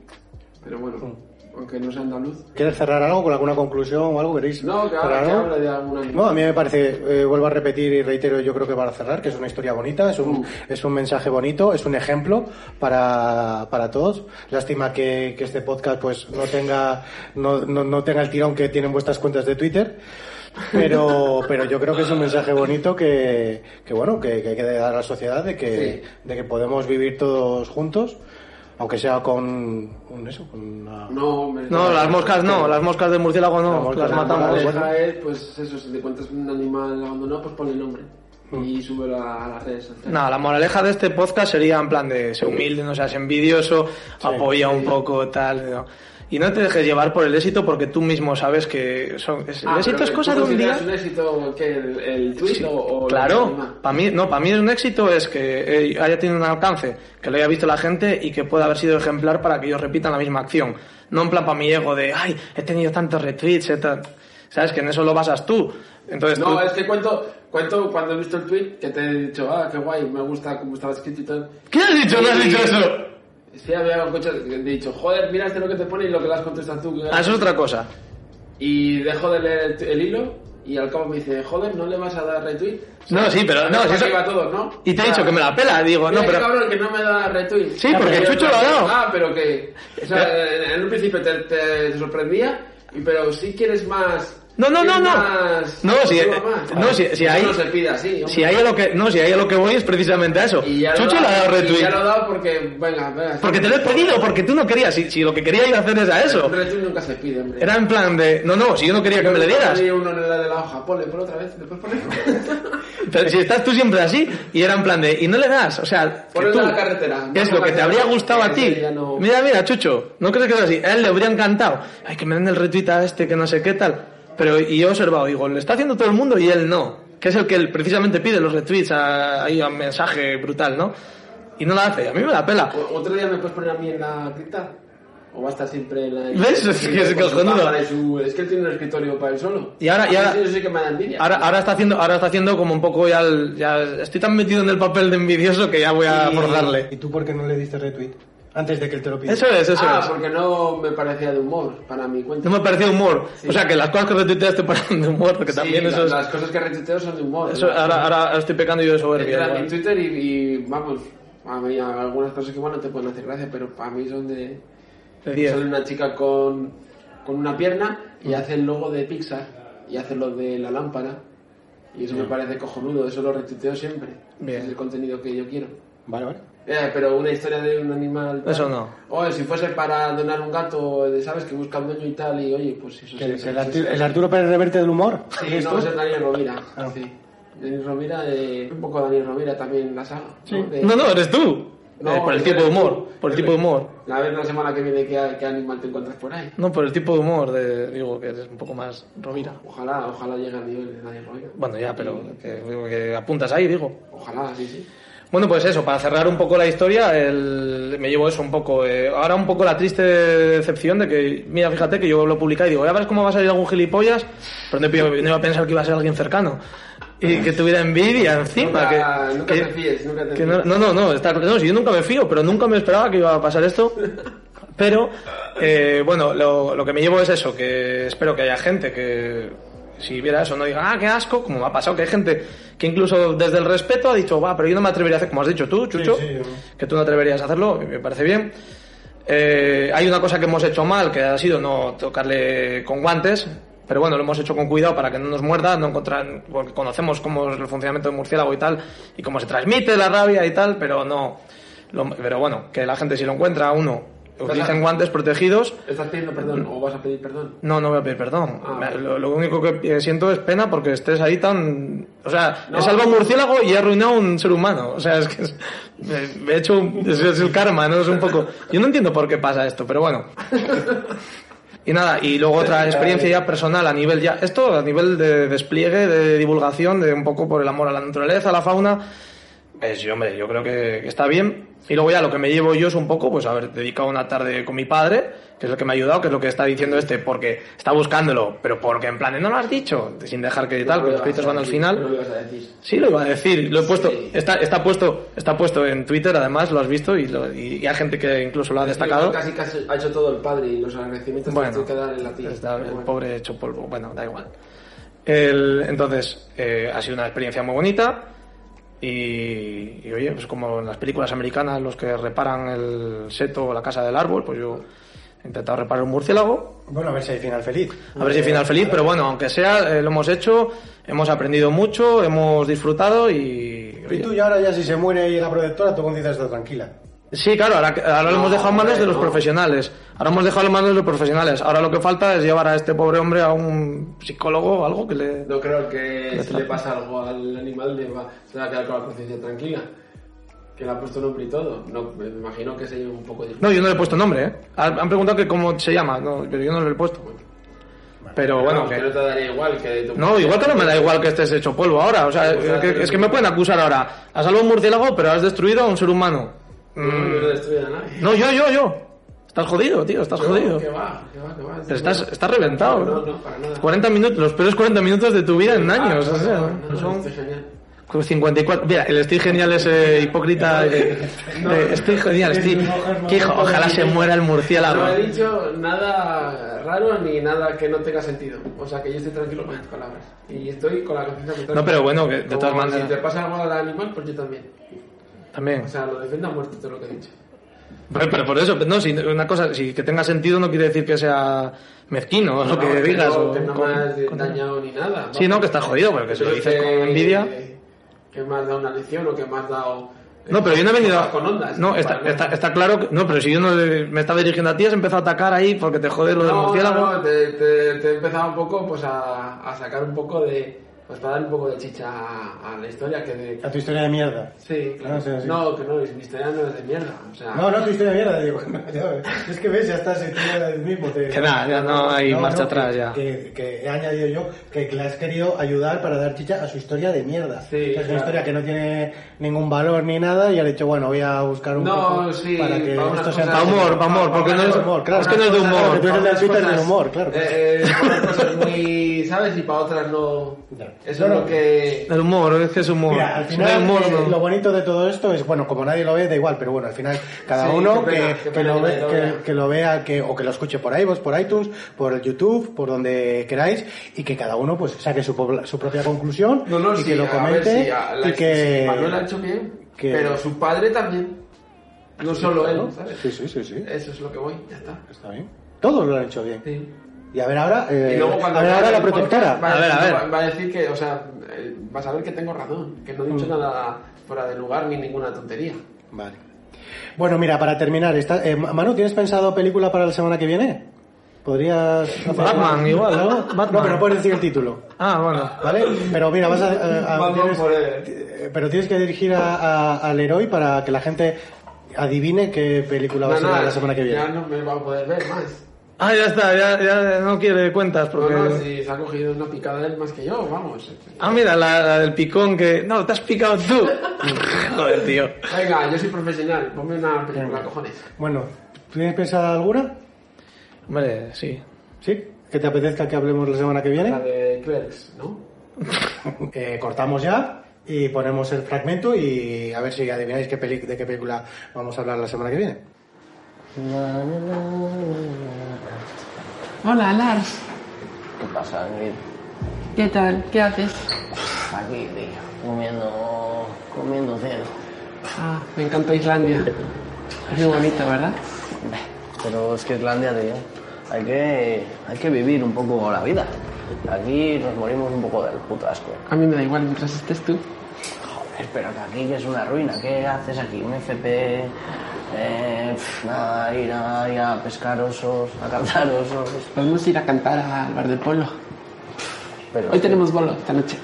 Speaker 3: Pero bueno, aunque no sea andaluz.
Speaker 1: ¿Quieres cerrar algo con alguna conclusión o algo queréis?
Speaker 3: No, que
Speaker 1: cerrar
Speaker 3: ahora que
Speaker 1: algo?
Speaker 3: habla de alguna.
Speaker 1: No, a mí me parece, eh, vuelvo a repetir y reitero, yo creo que para cerrar, que es una historia bonita, es un, es un mensaje bonito, es un ejemplo para, para todos. Lástima que, que este podcast pues no tenga, no, no, no tenga el tirón que tienen vuestras cuentas de Twitter. Pero, pero yo creo que es un mensaje bonito que, que bueno, que, que hay que dar a la sociedad de que, de que podemos vivir todos juntos, aunque sea con, con eso, con una-
Speaker 3: No, hombre.
Speaker 2: No, las moscas no, las moscas de murciélago
Speaker 1: Las
Speaker 2: no,
Speaker 1: moscas
Speaker 2: las
Speaker 1: de
Speaker 2: matamos.
Speaker 1: murciélago.
Speaker 3: Deja es, pues eso, si te encuentras un animal abandonado, pues ponle nombre. Y súbelo a las redes sociales.
Speaker 2: Mm. No, la moraleja de este podcast sería en plan de ser humilde, no seas envidioso, apoya un poco, tal. ¿no? Y no te dejes llevar por el éxito porque tú mismo sabes que son,
Speaker 1: Ah,
Speaker 2: es-
Speaker 3: Ah,
Speaker 2: el éxito es cosa de un día.
Speaker 3: ¿Es un éxito que el, el tweet
Speaker 2: Sí,
Speaker 3: o, o la
Speaker 2: claro,
Speaker 3: misma?
Speaker 2: para mí, no, para mí un éxito es que eh, haya tenido un alcance, que lo haya visto la gente y que pueda haber sido ejemplar para que ellos repitan la misma acción. No en plan para mi ego de, ay, he tenido tantos retweets, he tan-". sabes que en eso lo basas tú. Entonces tú-
Speaker 3: No, es que cuento, cuento cuando he visto el tweet que te he dicho, ah, qué guay, me gusta cómo estaba escrito y tal.
Speaker 2: ¿qué has dicho? ¿No has
Speaker 3: Y-
Speaker 2: dicho eso?
Speaker 3: Sí, había escuchado, he dicho, joder, mira este lo que te pone y lo que le has contestado tú. que-
Speaker 2: Ah, eso es otra cosa.
Speaker 3: Y dejo de leer el, el hilo y al cabo me dice, joder, ¿no le vas a dar retweet?
Speaker 2: No, sí, pero no,
Speaker 3: Para
Speaker 2: si eso-
Speaker 3: que iba todo, ¿no?
Speaker 2: Y te he
Speaker 3: Ah,
Speaker 2: dicho que me la pela, digo,
Speaker 3: mira
Speaker 2: Oh, no,
Speaker 3: qué
Speaker 2: pero...
Speaker 3: cabrón que no me da retweet.
Speaker 2: Sí, porque
Speaker 3: pero yo
Speaker 2: Chucho
Speaker 3: no-
Speaker 2: lo ha dado.
Speaker 3: Ah, pero que... O sea, en- en un principio te, te sorprendía, y- pero si quieres más...
Speaker 2: No, no,
Speaker 3: quieres
Speaker 2: no, no.
Speaker 3: más-
Speaker 2: No, si-
Speaker 3: quieres
Speaker 2: eh,
Speaker 3: más.
Speaker 2: no, si- si
Speaker 3: Eso
Speaker 2: ahí-
Speaker 3: no se pide así, hombre.
Speaker 2: Si ahí a lo que, no, si ahí a lo que voy es precisamente a eso.
Speaker 3: Y ya lo
Speaker 2: Chucho
Speaker 3: da-
Speaker 2: le ha dado
Speaker 3: y Ya
Speaker 2: retweet.
Speaker 3: lo he dado porque, venga, venga.
Speaker 2: Porque te lo he pedido, porque tú no querías, si, si lo que quería ir a hacer es a eso.
Speaker 3: Un retweet nunca se pide, hombre.
Speaker 2: Era en plan de, no, no, si yo no quería que me le dieras.
Speaker 3: Ponle uno en el de la hoja, ponle, ponle otra vez, después ponle.
Speaker 2: Pero si estás tú siempre así, y era en plan de, y no le das, o sea, que
Speaker 3: Ponle
Speaker 2: tú,
Speaker 3: en la carretera.
Speaker 2: ¿qué es lo que te habría gustado a ti?
Speaker 3: Ya no-
Speaker 2: Mira, mira, Chucho, no crees que sea así, a él le habría encantado, ay, que me den el retweet a este, que no sé qué tal. Pero, y yo he observado, digo, lo está haciendo todo el mundo y él no, que es el que él precisamente pide los retweets a, ahí a un mensaje brutal, ¿no? Y no la hace, a mí me la pela.
Speaker 3: O- ¿Otro día me puedes poner a mí en la cripta? ¿O va a estar siempre en la...
Speaker 2: ¿Ves? Es que es
Speaker 3: con su
Speaker 2: cojonudo.
Speaker 3: cámara y su- Es que él tiene un escritorio para él solo.
Speaker 2: Y ahora-
Speaker 3: A
Speaker 2: y
Speaker 3: mí
Speaker 2: ahora-
Speaker 3: Eso sí que me da envidia.
Speaker 2: Ahora, ahora está haciendo, ahora está haciendo como un poco ya, el- ya estoy tan metido en el papel de envidioso que ya voy a
Speaker 1: Y-
Speaker 2: forzarle.
Speaker 1: ¿Y tú por qué no le diste retweet? Antes de que él te lo pidiera.
Speaker 2: Eso es, eso
Speaker 3: ah,
Speaker 2: es.
Speaker 3: porque no me parecía de humor para mi cuenta.
Speaker 2: No me pareció humor. O sea, que las cosas que retuiteas te parecen de humor, porque
Speaker 3: Sí,
Speaker 2: también
Speaker 3: la-
Speaker 2: eso es...
Speaker 3: Las cosas que retuiteo son de humor.
Speaker 2: eso-
Speaker 3: ¿no?
Speaker 2: ahora, ¿eh? ahora estoy pecando yo de soberbia.
Speaker 3: Entra en
Speaker 2: igual.
Speaker 3: Twitter y, y, vamos, a mí algunas cosas que bueno te pueden hacer gracia, pero para mí son de...
Speaker 2: De diez.
Speaker 3: Sale una chica con, con una pierna
Speaker 2: Mm.
Speaker 3: y hace el logo de Pixar y hace lo de la lámpara. Y eso me parece cojonudo, eso lo retuiteo siempre.
Speaker 2: Mm. Bien.
Speaker 3: Es el contenido que yo quiero.
Speaker 1: Vale, vale.
Speaker 3: Eh, pero una historia de un animal. tal.
Speaker 2: Eso no.
Speaker 3: Oye, si fuese para donar un gato, de, ¿sabes? Que busca un dueño y tal, y oye, pues eso
Speaker 1: Que-
Speaker 3: sí,
Speaker 1: que
Speaker 3: eso
Speaker 1: el,
Speaker 3: sí.
Speaker 1: Artu- el Arturo Pérez Reverte del humor.
Speaker 3: Sí,
Speaker 1: ¿eres
Speaker 3: no,
Speaker 1: tú?
Speaker 3: ese es Daniel Rovira.
Speaker 1: Ah.
Speaker 3: Sí. Daniel Rovira, eh, un poco Daniel Rovira también en la saga. ¿no? De-
Speaker 2: No, no, eres tú.
Speaker 3: No,
Speaker 2: Eh, por el
Speaker 3: eres
Speaker 2: tipo de
Speaker 3: tú.
Speaker 2: humor. Por el tipo de humor.
Speaker 3: A ver la semana que viene qué, qué animal te encuentras por ahí.
Speaker 2: No, por el tipo de humor de... Digo, que eres un poco más Rovira.
Speaker 3: Ojalá, ojalá llegue al nivel de Daniel Rovira.
Speaker 2: Bueno, ya, pero que- que apuntas ahí, digo.
Speaker 3: Ojalá, sí, sí.
Speaker 2: Bueno, pues eso, para cerrar un poco la historia, el- me llevo eso un poco. eh, ahora un poco la triste decepción de que, mira, fíjate que yo lo publicé y digo, ya verás cómo va a salir algún gilipollas, pero no, iba- no iba a pensar que iba a ser alguien cercano. Y que tuviera envidia encima.
Speaker 3: nunca,
Speaker 2: que,
Speaker 3: nunca
Speaker 2: que-
Speaker 3: te fíes, nunca te
Speaker 2: que
Speaker 3: fíes.
Speaker 2: no, no, no, no, está- no, si yo nunca me fío, pero nunca me esperaba que iba a pasar esto. Pero, eh, bueno, lo, lo que me llevo es eso, que espero que haya gente que si viera eso no diga, ah, qué asco, como me ha pasado, que hay gente que incluso desde el respeto ha dicho, va, pero yo no me atrevería a hacer, como has dicho tú, Chucho,
Speaker 1: sí, yo-
Speaker 2: que tú no atreverías a hacerlo, y me parece bien. Eh, hay una cosa que hemos hecho mal, que ha sido no tocarle con guantes, pero bueno, lo hemos hecho con cuidado para que no nos muerda, no encontrar, porque conocemos cómo es el funcionamiento del murciélago y tal, y cómo se transmite la rabia y tal, pero no. lo- pero bueno, que la gente si lo encuentra, uno, utilicen guantes protegidos.
Speaker 3: ¿Estás pidiendo perdón o vas a pedir perdón?
Speaker 2: No, no voy a pedir perdón.
Speaker 3: Ah.
Speaker 2: Me- lo, lo único que eh, siento es pena porque estés ahí tan... O sea,
Speaker 3: No.
Speaker 2: he salvado un murciélago y he arruinado a un ser humano. O sea, es que es- me- me he hecho... un- es, es el karma, ¿no? Es un poco... Yo no entiendo por qué pasa esto, pero bueno. Y nada, y luego otra experiencia ya personal a nivel ya... Esto a nivel de despliegue, de divulgación, de un poco por el amor a la naturaleza, a la fauna. Pues sí, hombre, yo creo que, que está bien. Y luego ya lo que me llevo yo es un poco, pues haber dedicado una tarde con mi padre, que es lo que me ha ayudado, que es lo que está diciendo este, porque está buscándolo, pero porque en plan, de, no lo has dicho, sin dejar que tal, que los créditos van al
Speaker 3: No
Speaker 2: final.
Speaker 3: lo ibas a decir.
Speaker 2: Sí, lo iba a decir, lo he puesto,
Speaker 3: Sí.
Speaker 2: está, está puesto, está puesto en Twitter, además, lo has visto, y, lo- y- y hay gente que incluso lo ha destacado.
Speaker 3: Casi casi ha hecho todo el padre y los agradecimientos
Speaker 2: Bueno,
Speaker 3: te quedan en latín.
Speaker 2: está el
Speaker 3: Pero bueno.
Speaker 2: pobre hecho polvo, bueno, da igual. El- entonces, eh, ha sido una experiencia muy bonita. Y, y, oye, pues como en las películas americanas, los que reparan el seto o la casa del árbol, pues yo he intentado reparar un murciélago.
Speaker 1: Bueno, a ver si hay final feliz.
Speaker 2: A ver si final feliz, pero bueno, aunque sea, eh, lo hemos hecho, hemos aprendido mucho, hemos disfrutado y.
Speaker 1: Y tú
Speaker 2: oye,
Speaker 1: ya ahora ya si se muere ahí la protectora, tú conciencia está tranquila.
Speaker 2: Sí, claro, ahora, ahora lo hemos dejado en manos de los profesionales. Ahora hemos dejado en manos de los profesionales. Ahora lo que falta es llevar a este pobre hombre a un psicólogo o algo que le.
Speaker 3: No creo que si le pasa algo al animal le va, se va a quedar con la conciencia tranquila. Que le ha puesto nombre y todo. No, me imagino que se lleva un poco de...
Speaker 2: No, yo no le he puesto nombre, ¿eh? Han han preguntado que cómo se llama, no, pero yo no le he puesto. Pero bueno,
Speaker 3: Vamos,
Speaker 2: que-
Speaker 3: que no te daría igual que de tu...
Speaker 2: No, igual que no me da igual que estés hecho polvo ahora. O sea,
Speaker 3: Pues nada,
Speaker 2: es que,
Speaker 3: pero-
Speaker 2: es que me pueden acusar ahora. Has salvado un murciélago, pero has destruido a un ser humano.
Speaker 3: No, yo no destruye a nadie.
Speaker 2: No, yo, yo, yo. Estás jodido, tío, estás jodido.
Speaker 3: Que va, que va, que va.
Speaker 2: Te estás, estás reventado.
Speaker 3: No,
Speaker 2: ¿no?
Speaker 3: no, para nada. Ah,
Speaker 2: 40 minutos, los peores 40 minutos de tu vida en años. o sea,
Speaker 3: No, no, no,
Speaker 2: son
Speaker 3: esto es genial.
Speaker 2: 54. Mira, el estoy genial ese hipócrita. de- de- estoy genial, estoy. que hijo, ojalá se muera el murciélago.
Speaker 3: No eh. he dicho nada raro ni nada que no tenga sentido. O sea, que yo estoy tranquilo con mis palabras. Y estoy con la conciencia muy tranquila.
Speaker 2: No, pero bueno, que de
Speaker 3: Como
Speaker 2: todas maneras-
Speaker 3: Si te pasa algo al animal, pues yo también.
Speaker 2: También.
Speaker 3: O sea, lo defiendo a muerte todo lo que he dicho.
Speaker 2: Pero, pero por eso, no, si una cosa, si que tenga sentido no quiere decir que sea mezquino o lo que
Speaker 3: Vamos,
Speaker 2: digas.
Speaker 3: no,
Speaker 2: o-
Speaker 3: que no
Speaker 2: con-
Speaker 3: me has
Speaker 2: con-
Speaker 3: dañado ni nada.
Speaker 2: Sí, no, que estás jodido, pero que si lo dices con envidia-
Speaker 3: Que me has dado una lección o que me has dado. eh,
Speaker 2: No, pero yo no he venido.
Speaker 3: Con ondas.
Speaker 2: no, está,
Speaker 3: Para-
Speaker 2: está, está claro que. No, pero si yo no le- me estaba dirigiendo a ti, has empezado a atacar ahí porque te jode lo del
Speaker 3: No,
Speaker 2: murciélago.
Speaker 3: no, no, te, te, te he empezado un poco pues a, a sacar un poco de. Pues para dar un poco de chicha a, a la historia que de.
Speaker 1: A tu historia de mierda.
Speaker 3: Sí, claro.
Speaker 1: No, sí, sí.
Speaker 3: No, que no, es- mi historia no es de mierda. O sea,
Speaker 1: No, no, tu historia de mierda, digo. (laughs) no, ya ves. es que ves, ya estás en el mismo. Te...
Speaker 2: Que nada, ya no hay marcha
Speaker 1: que-
Speaker 2: atrás, ya.
Speaker 1: Que, que he añadido yo que le has querido ayudar para dar chicha a su historia de mierda.
Speaker 3: Sí,
Speaker 1: O sea, es
Speaker 3: claro.
Speaker 1: una historia que no tiene ningún valor ni nada y han dicho, bueno, voy a buscar un
Speaker 3: No,
Speaker 1: poco
Speaker 3: sí,
Speaker 1: para que
Speaker 3: para unas
Speaker 1: esto sea...
Speaker 2: Pa'
Speaker 3: cosas-
Speaker 2: humor, pa' humor, porque no es,
Speaker 1: humor, claro.
Speaker 2: es que no es de
Speaker 1: Claro,
Speaker 2: humor.
Speaker 1: que tú eres el del
Speaker 3: Para
Speaker 1: Twitter
Speaker 3: unas
Speaker 1: del humor,
Speaker 3: cosas-
Speaker 1: claro.
Speaker 3: Eh, eh, para unas cosas muy, ¿sabes? Y para otras no.
Speaker 1: Ya.
Speaker 3: Eso es
Speaker 1: No,
Speaker 3: lo
Speaker 1: no.
Speaker 3: que.
Speaker 2: El humor, es que es humor.
Speaker 1: Mira, al
Speaker 2: Si no hay
Speaker 1: final
Speaker 2: humor,
Speaker 1: eh,
Speaker 2: no.
Speaker 1: lo bonito de todo esto es, bueno, como nadie lo ve, da igual, pero bueno, al final cada
Speaker 3: Sí,
Speaker 1: uno
Speaker 3: qué pena,
Speaker 1: que,
Speaker 3: qué
Speaker 1: que
Speaker 3: pena
Speaker 1: lo
Speaker 3: que
Speaker 1: ve-
Speaker 3: nadie lo
Speaker 1: que-
Speaker 3: vea.
Speaker 1: que lo vea que, o que lo escuche por iVoox, por iTunes, por YouTube, por donde queráis, y que cada uno pues saque su, pobla- su propia conclusión
Speaker 3: No, no,
Speaker 1: y
Speaker 3: sí,
Speaker 1: que lo
Speaker 3: a
Speaker 1: comente
Speaker 3: ver, sí, a la-
Speaker 1: y que...
Speaker 3: sí, Manuel ha hecho bien,
Speaker 1: que-
Speaker 3: pero su padre también. No solo él, ¿sabes?
Speaker 1: Sí, sí, sí, sí.
Speaker 3: Eso es lo que voy, ya está.
Speaker 1: Está bien. Todos lo han hecho bien.
Speaker 3: Sí.
Speaker 1: Y a ver ahora, eh,
Speaker 3: Y luego cuando
Speaker 1: a ver
Speaker 3: vaya
Speaker 1: ahora la
Speaker 3: al podcast,
Speaker 1: protectora.
Speaker 3: Va
Speaker 2: A
Speaker 3: a,
Speaker 2: ver, a
Speaker 3: decir-
Speaker 2: ver.
Speaker 3: va a decir que, o sea, eh, vas a ver que tengo razón, que no he dicho
Speaker 1: Mm.
Speaker 3: nada fuera de lugar ni ninguna tontería.
Speaker 1: Vale. Bueno, mira, para terminar, esta, eh, Manu, ¿tienes pensado película para la semana que viene? ¿Podrías... hacer-
Speaker 2: Batman, igual, ¿no?
Speaker 1: No,
Speaker 2: Batman.
Speaker 1: pero puedes decir el título.
Speaker 2: Ah, bueno.
Speaker 1: ¿Vale? Pero mira, vas a... eh, a- a-
Speaker 3: Batman
Speaker 1: tienes-
Speaker 3: Forever.
Speaker 1: eh, pero tienes que dirigir a, a- al héroe para que la gente adivine qué película va a ser la semana que viene.
Speaker 3: Ya no me va a poder ver
Speaker 1: (laughs)
Speaker 3: más.
Speaker 2: Ah, ya está, ya, ya no quiere cuentas porque.
Speaker 3: No, no, si se ha cogido una picada él más que yo, vamos.
Speaker 2: Ah, mira, la, la del picón que. No, te has
Speaker 3: (laughs)
Speaker 2: picado tú. Joder, tío.
Speaker 3: Venga, yo soy profesional, ponme una película, cojones.
Speaker 1: Bueno, ¿tienes pensada alguna?
Speaker 2: Hombre, sí.
Speaker 1: ¿Sí? ¿Que te apetezca que hablemos la semana que viene?
Speaker 3: La de Clerks, ¿no?
Speaker 1: Eh, cortamos ya y ponemos el fragmento y a ver si adivináis qué peli- de qué película vamos a hablar la semana que viene.
Speaker 5: Hola, Lars.
Speaker 6: ¿Qué pasa, Ingrid?
Speaker 5: ¿Qué tal? ¿Qué haces?
Speaker 6: Aquí, tío, comiendo, comiendo cero.
Speaker 5: Ah, me encanta Islandia. Es muy bonito, ¿verdad?
Speaker 6: Pero es que Islandia, tío, hay que, hay que vivir un poco la vida. Aquí nos morimos un poco del puto asco.
Speaker 5: A mí me da igual mientras estés tú.
Speaker 6: Joder, pero que aquí que es una ruina. ¿Qué haces aquí? Un FP, eh, pf, nada, ir a, ir a pescar osos, a cantar osos.
Speaker 5: Podemos ir a cantar al bar del polo.
Speaker 6: Pero
Speaker 5: Hoy tenemos bolo, esta noche.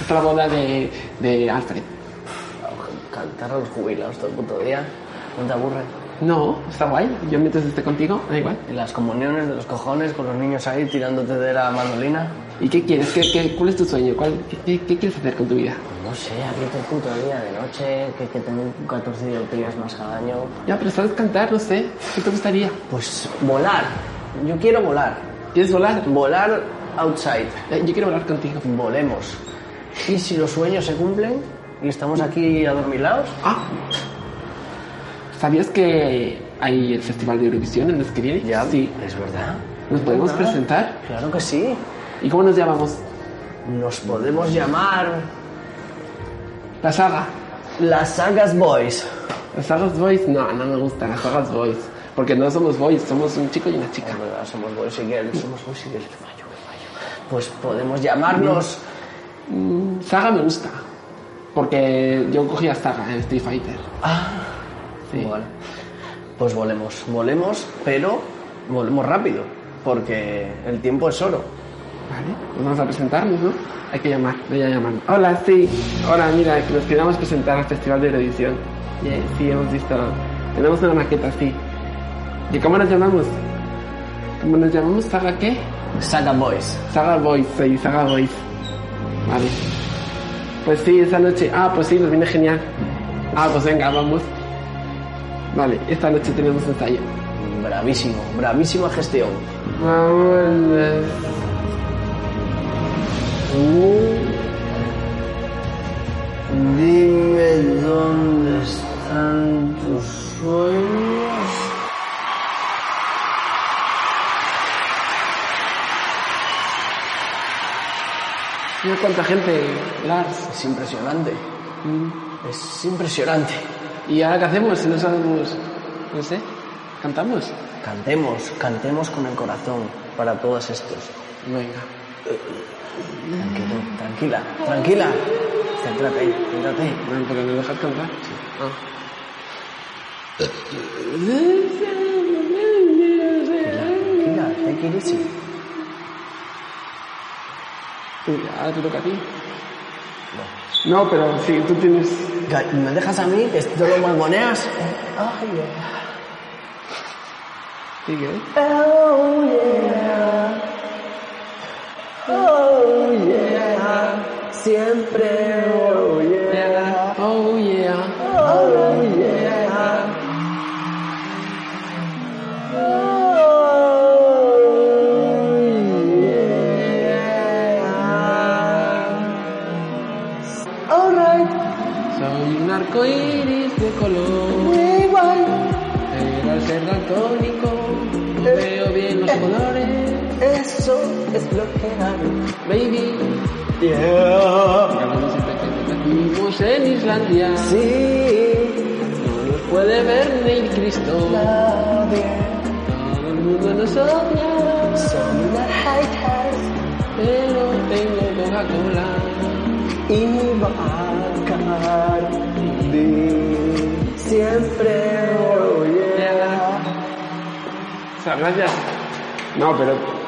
Speaker 5: Es la boda de, de Alfred.
Speaker 6: cantar a los jubilados todo el puto día, no te aburre.
Speaker 5: No, está guay. Yo mientras esté contigo, da igual.
Speaker 6: Y las comuniones de los cojones con los niños ahí tirándote de la mandolina.
Speaker 5: ¿Y qué quieres? ¿Qué, qué, cuál es tu sueño? ¿Cuál, qué, qué- qué quieres hacer con tu vida?
Speaker 6: No sé, aquí todo el puto día de noche, que hay que tener 14 dioptrías más cada año.
Speaker 5: Ya, pero sabes cantar, no sé. ¿Qué te gustaría?
Speaker 6: Pues volar. Yo quiero volar.
Speaker 5: ¿Quieres volar?
Speaker 6: Volar outside.
Speaker 5: Eh, Yo quiero volar contigo.
Speaker 6: Volemos. Y si los sueños se cumplen y estamos aquí adormilados,
Speaker 5: Ah, ¿sabías que hay el Festival de Eurovisión en el que viene?
Speaker 6: ya.
Speaker 5: Sí.
Speaker 6: Es verdad.
Speaker 5: ¿Nos
Speaker 6: No
Speaker 5: podemos
Speaker 6: tengo nada.
Speaker 5: presentar?
Speaker 6: Claro que sí.
Speaker 5: ¿Y cómo nos llamamos?
Speaker 6: Nos podemos llamar
Speaker 5: La saga.
Speaker 6: las Sagas Boys.
Speaker 5: Las sagas boys. No, no me gustan las sagas boys. Porque no somos boys, somos un chico y una chica.
Speaker 6: Es verdad, somos Boys y Girls. Somos Boys y Girls. Me fallo, me fallo. Pues podemos llamarnos.
Speaker 5: Saga me gusta. Porque yo cogía saga en Street Fighter. Sí.
Speaker 6: Vale. Pues volemos, volemos, pero volemos rápido, porque el tiempo es oro.
Speaker 5: Vale, pues vamos a presentarnos, ¿no? Hay que llamar, voy a llamar. Hola, sí. Hola, mira, que nos queremos presentar al Festival de Eurovisión. Bien, sí, hemos visto. Tenemos una maqueta, sí. ¿Y cómo nos llamamos? ¿Cómo nos llamamos? ¿Saga qué?
Speaker 6: Saga Boys.
Speaker 5: Saga Boys, sí, Saga Boys. Vale. Pues sí, esa noche. Ah, pues sí, nos viene genial. Ah, pues venga, vamos. Vale, esta noche tenemos ensayo.
Speaker 6: Bravísimo, bravísima gestión.
Speaker 5: Vamos.
Speaker 6: Dime dónde están tus sueños.
Speaker 5: Mira cuánta gente, Lars.
Speaker 6: Es impresionante. Es impresionante.
Speaker 5: ¿Y ahora qué hacemos? No sabemos. No sé. ¿Cantamos?
Speaker 6: Cantemos, cantemos con el corazón para todos estos.
Speaker 5: Venga.
Speaker 6: Tranquilo, tranquila, tranquila. Céntrate, céntrate.
Speaker 5: No, pero no dejas cantar.
Speaker 6: Ah. Tranquila, take it easy.
Speaker 5: Sí, ahora te toca a ti. No, pero sí, tú tienes.
Speaker 6: Ga- ¿Me dejas a mí? ¿Que tú lo mangoneas? Ay, yeah.
Speaker 5: Sigue. ¿eh?
Speaker 6: Oh, yeah. Oh, yeah. Siempre, oh, yeah.
Speaker 5: Oh yeah.
Speaker 6: Oh, yeah. Oh, yeah. All right.
Speaker 5: Soy un arco iris de color.
Speaker 6: We want
Speaker 5: Pero al ser daltónico, no veo bien los colores.
Speaker 6: Eso es lo que hago.
Speaker 5: Baby,
Speaker 6: Yeah.
Speaker 5: grabando siempre que nacimos en Islandia.
Speaker 6: Sí.
Speaker 5: No nos puede ver ni el Cristo.
Speaker 6: Nadie.
Speaker 5: Todo el mundo nos odia.
Speaker 6: Soy una high
Speaker 5: Pero tengo Coca-Cola.
Speaker 6: y va a caer de siempre oh yeah.
Speaker 5: O sea, gracias. No, pero.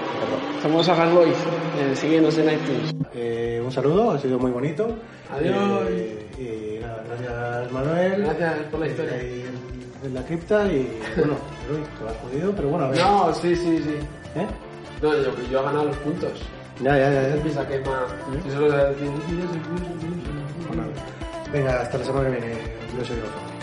Speaker 5: Somos Sagas Boys. Eh, síguenos en iTunes.
Speaker 1: Eh, un saludo, ha sido muy bonito.
Speaker 3: Adiós.
Speaker 1: Eh, y nada, gracias Manuel.
Speaker 3: Gracias por la historia.
Speaker 1: Eh, en la cripta y bueno, Eloy, te lo has jodido, pero bueno, a ver.
Speaker 3: No, sí, sí, sí.
Speaker 1: ¿Eh?
Speaker 3: No, yo, yo he ganado los puntos.
Speaker 1: Ya, ya, ya.
Speaker 3: Él
Speaker 1: ya.
Speaker 3: piensa que es más. Yo solo le digo, "Dios, Dios, Dios, Dios".
Speaker 1: Bueno, venga, hasta la semana que viene. Yo soy Rafa.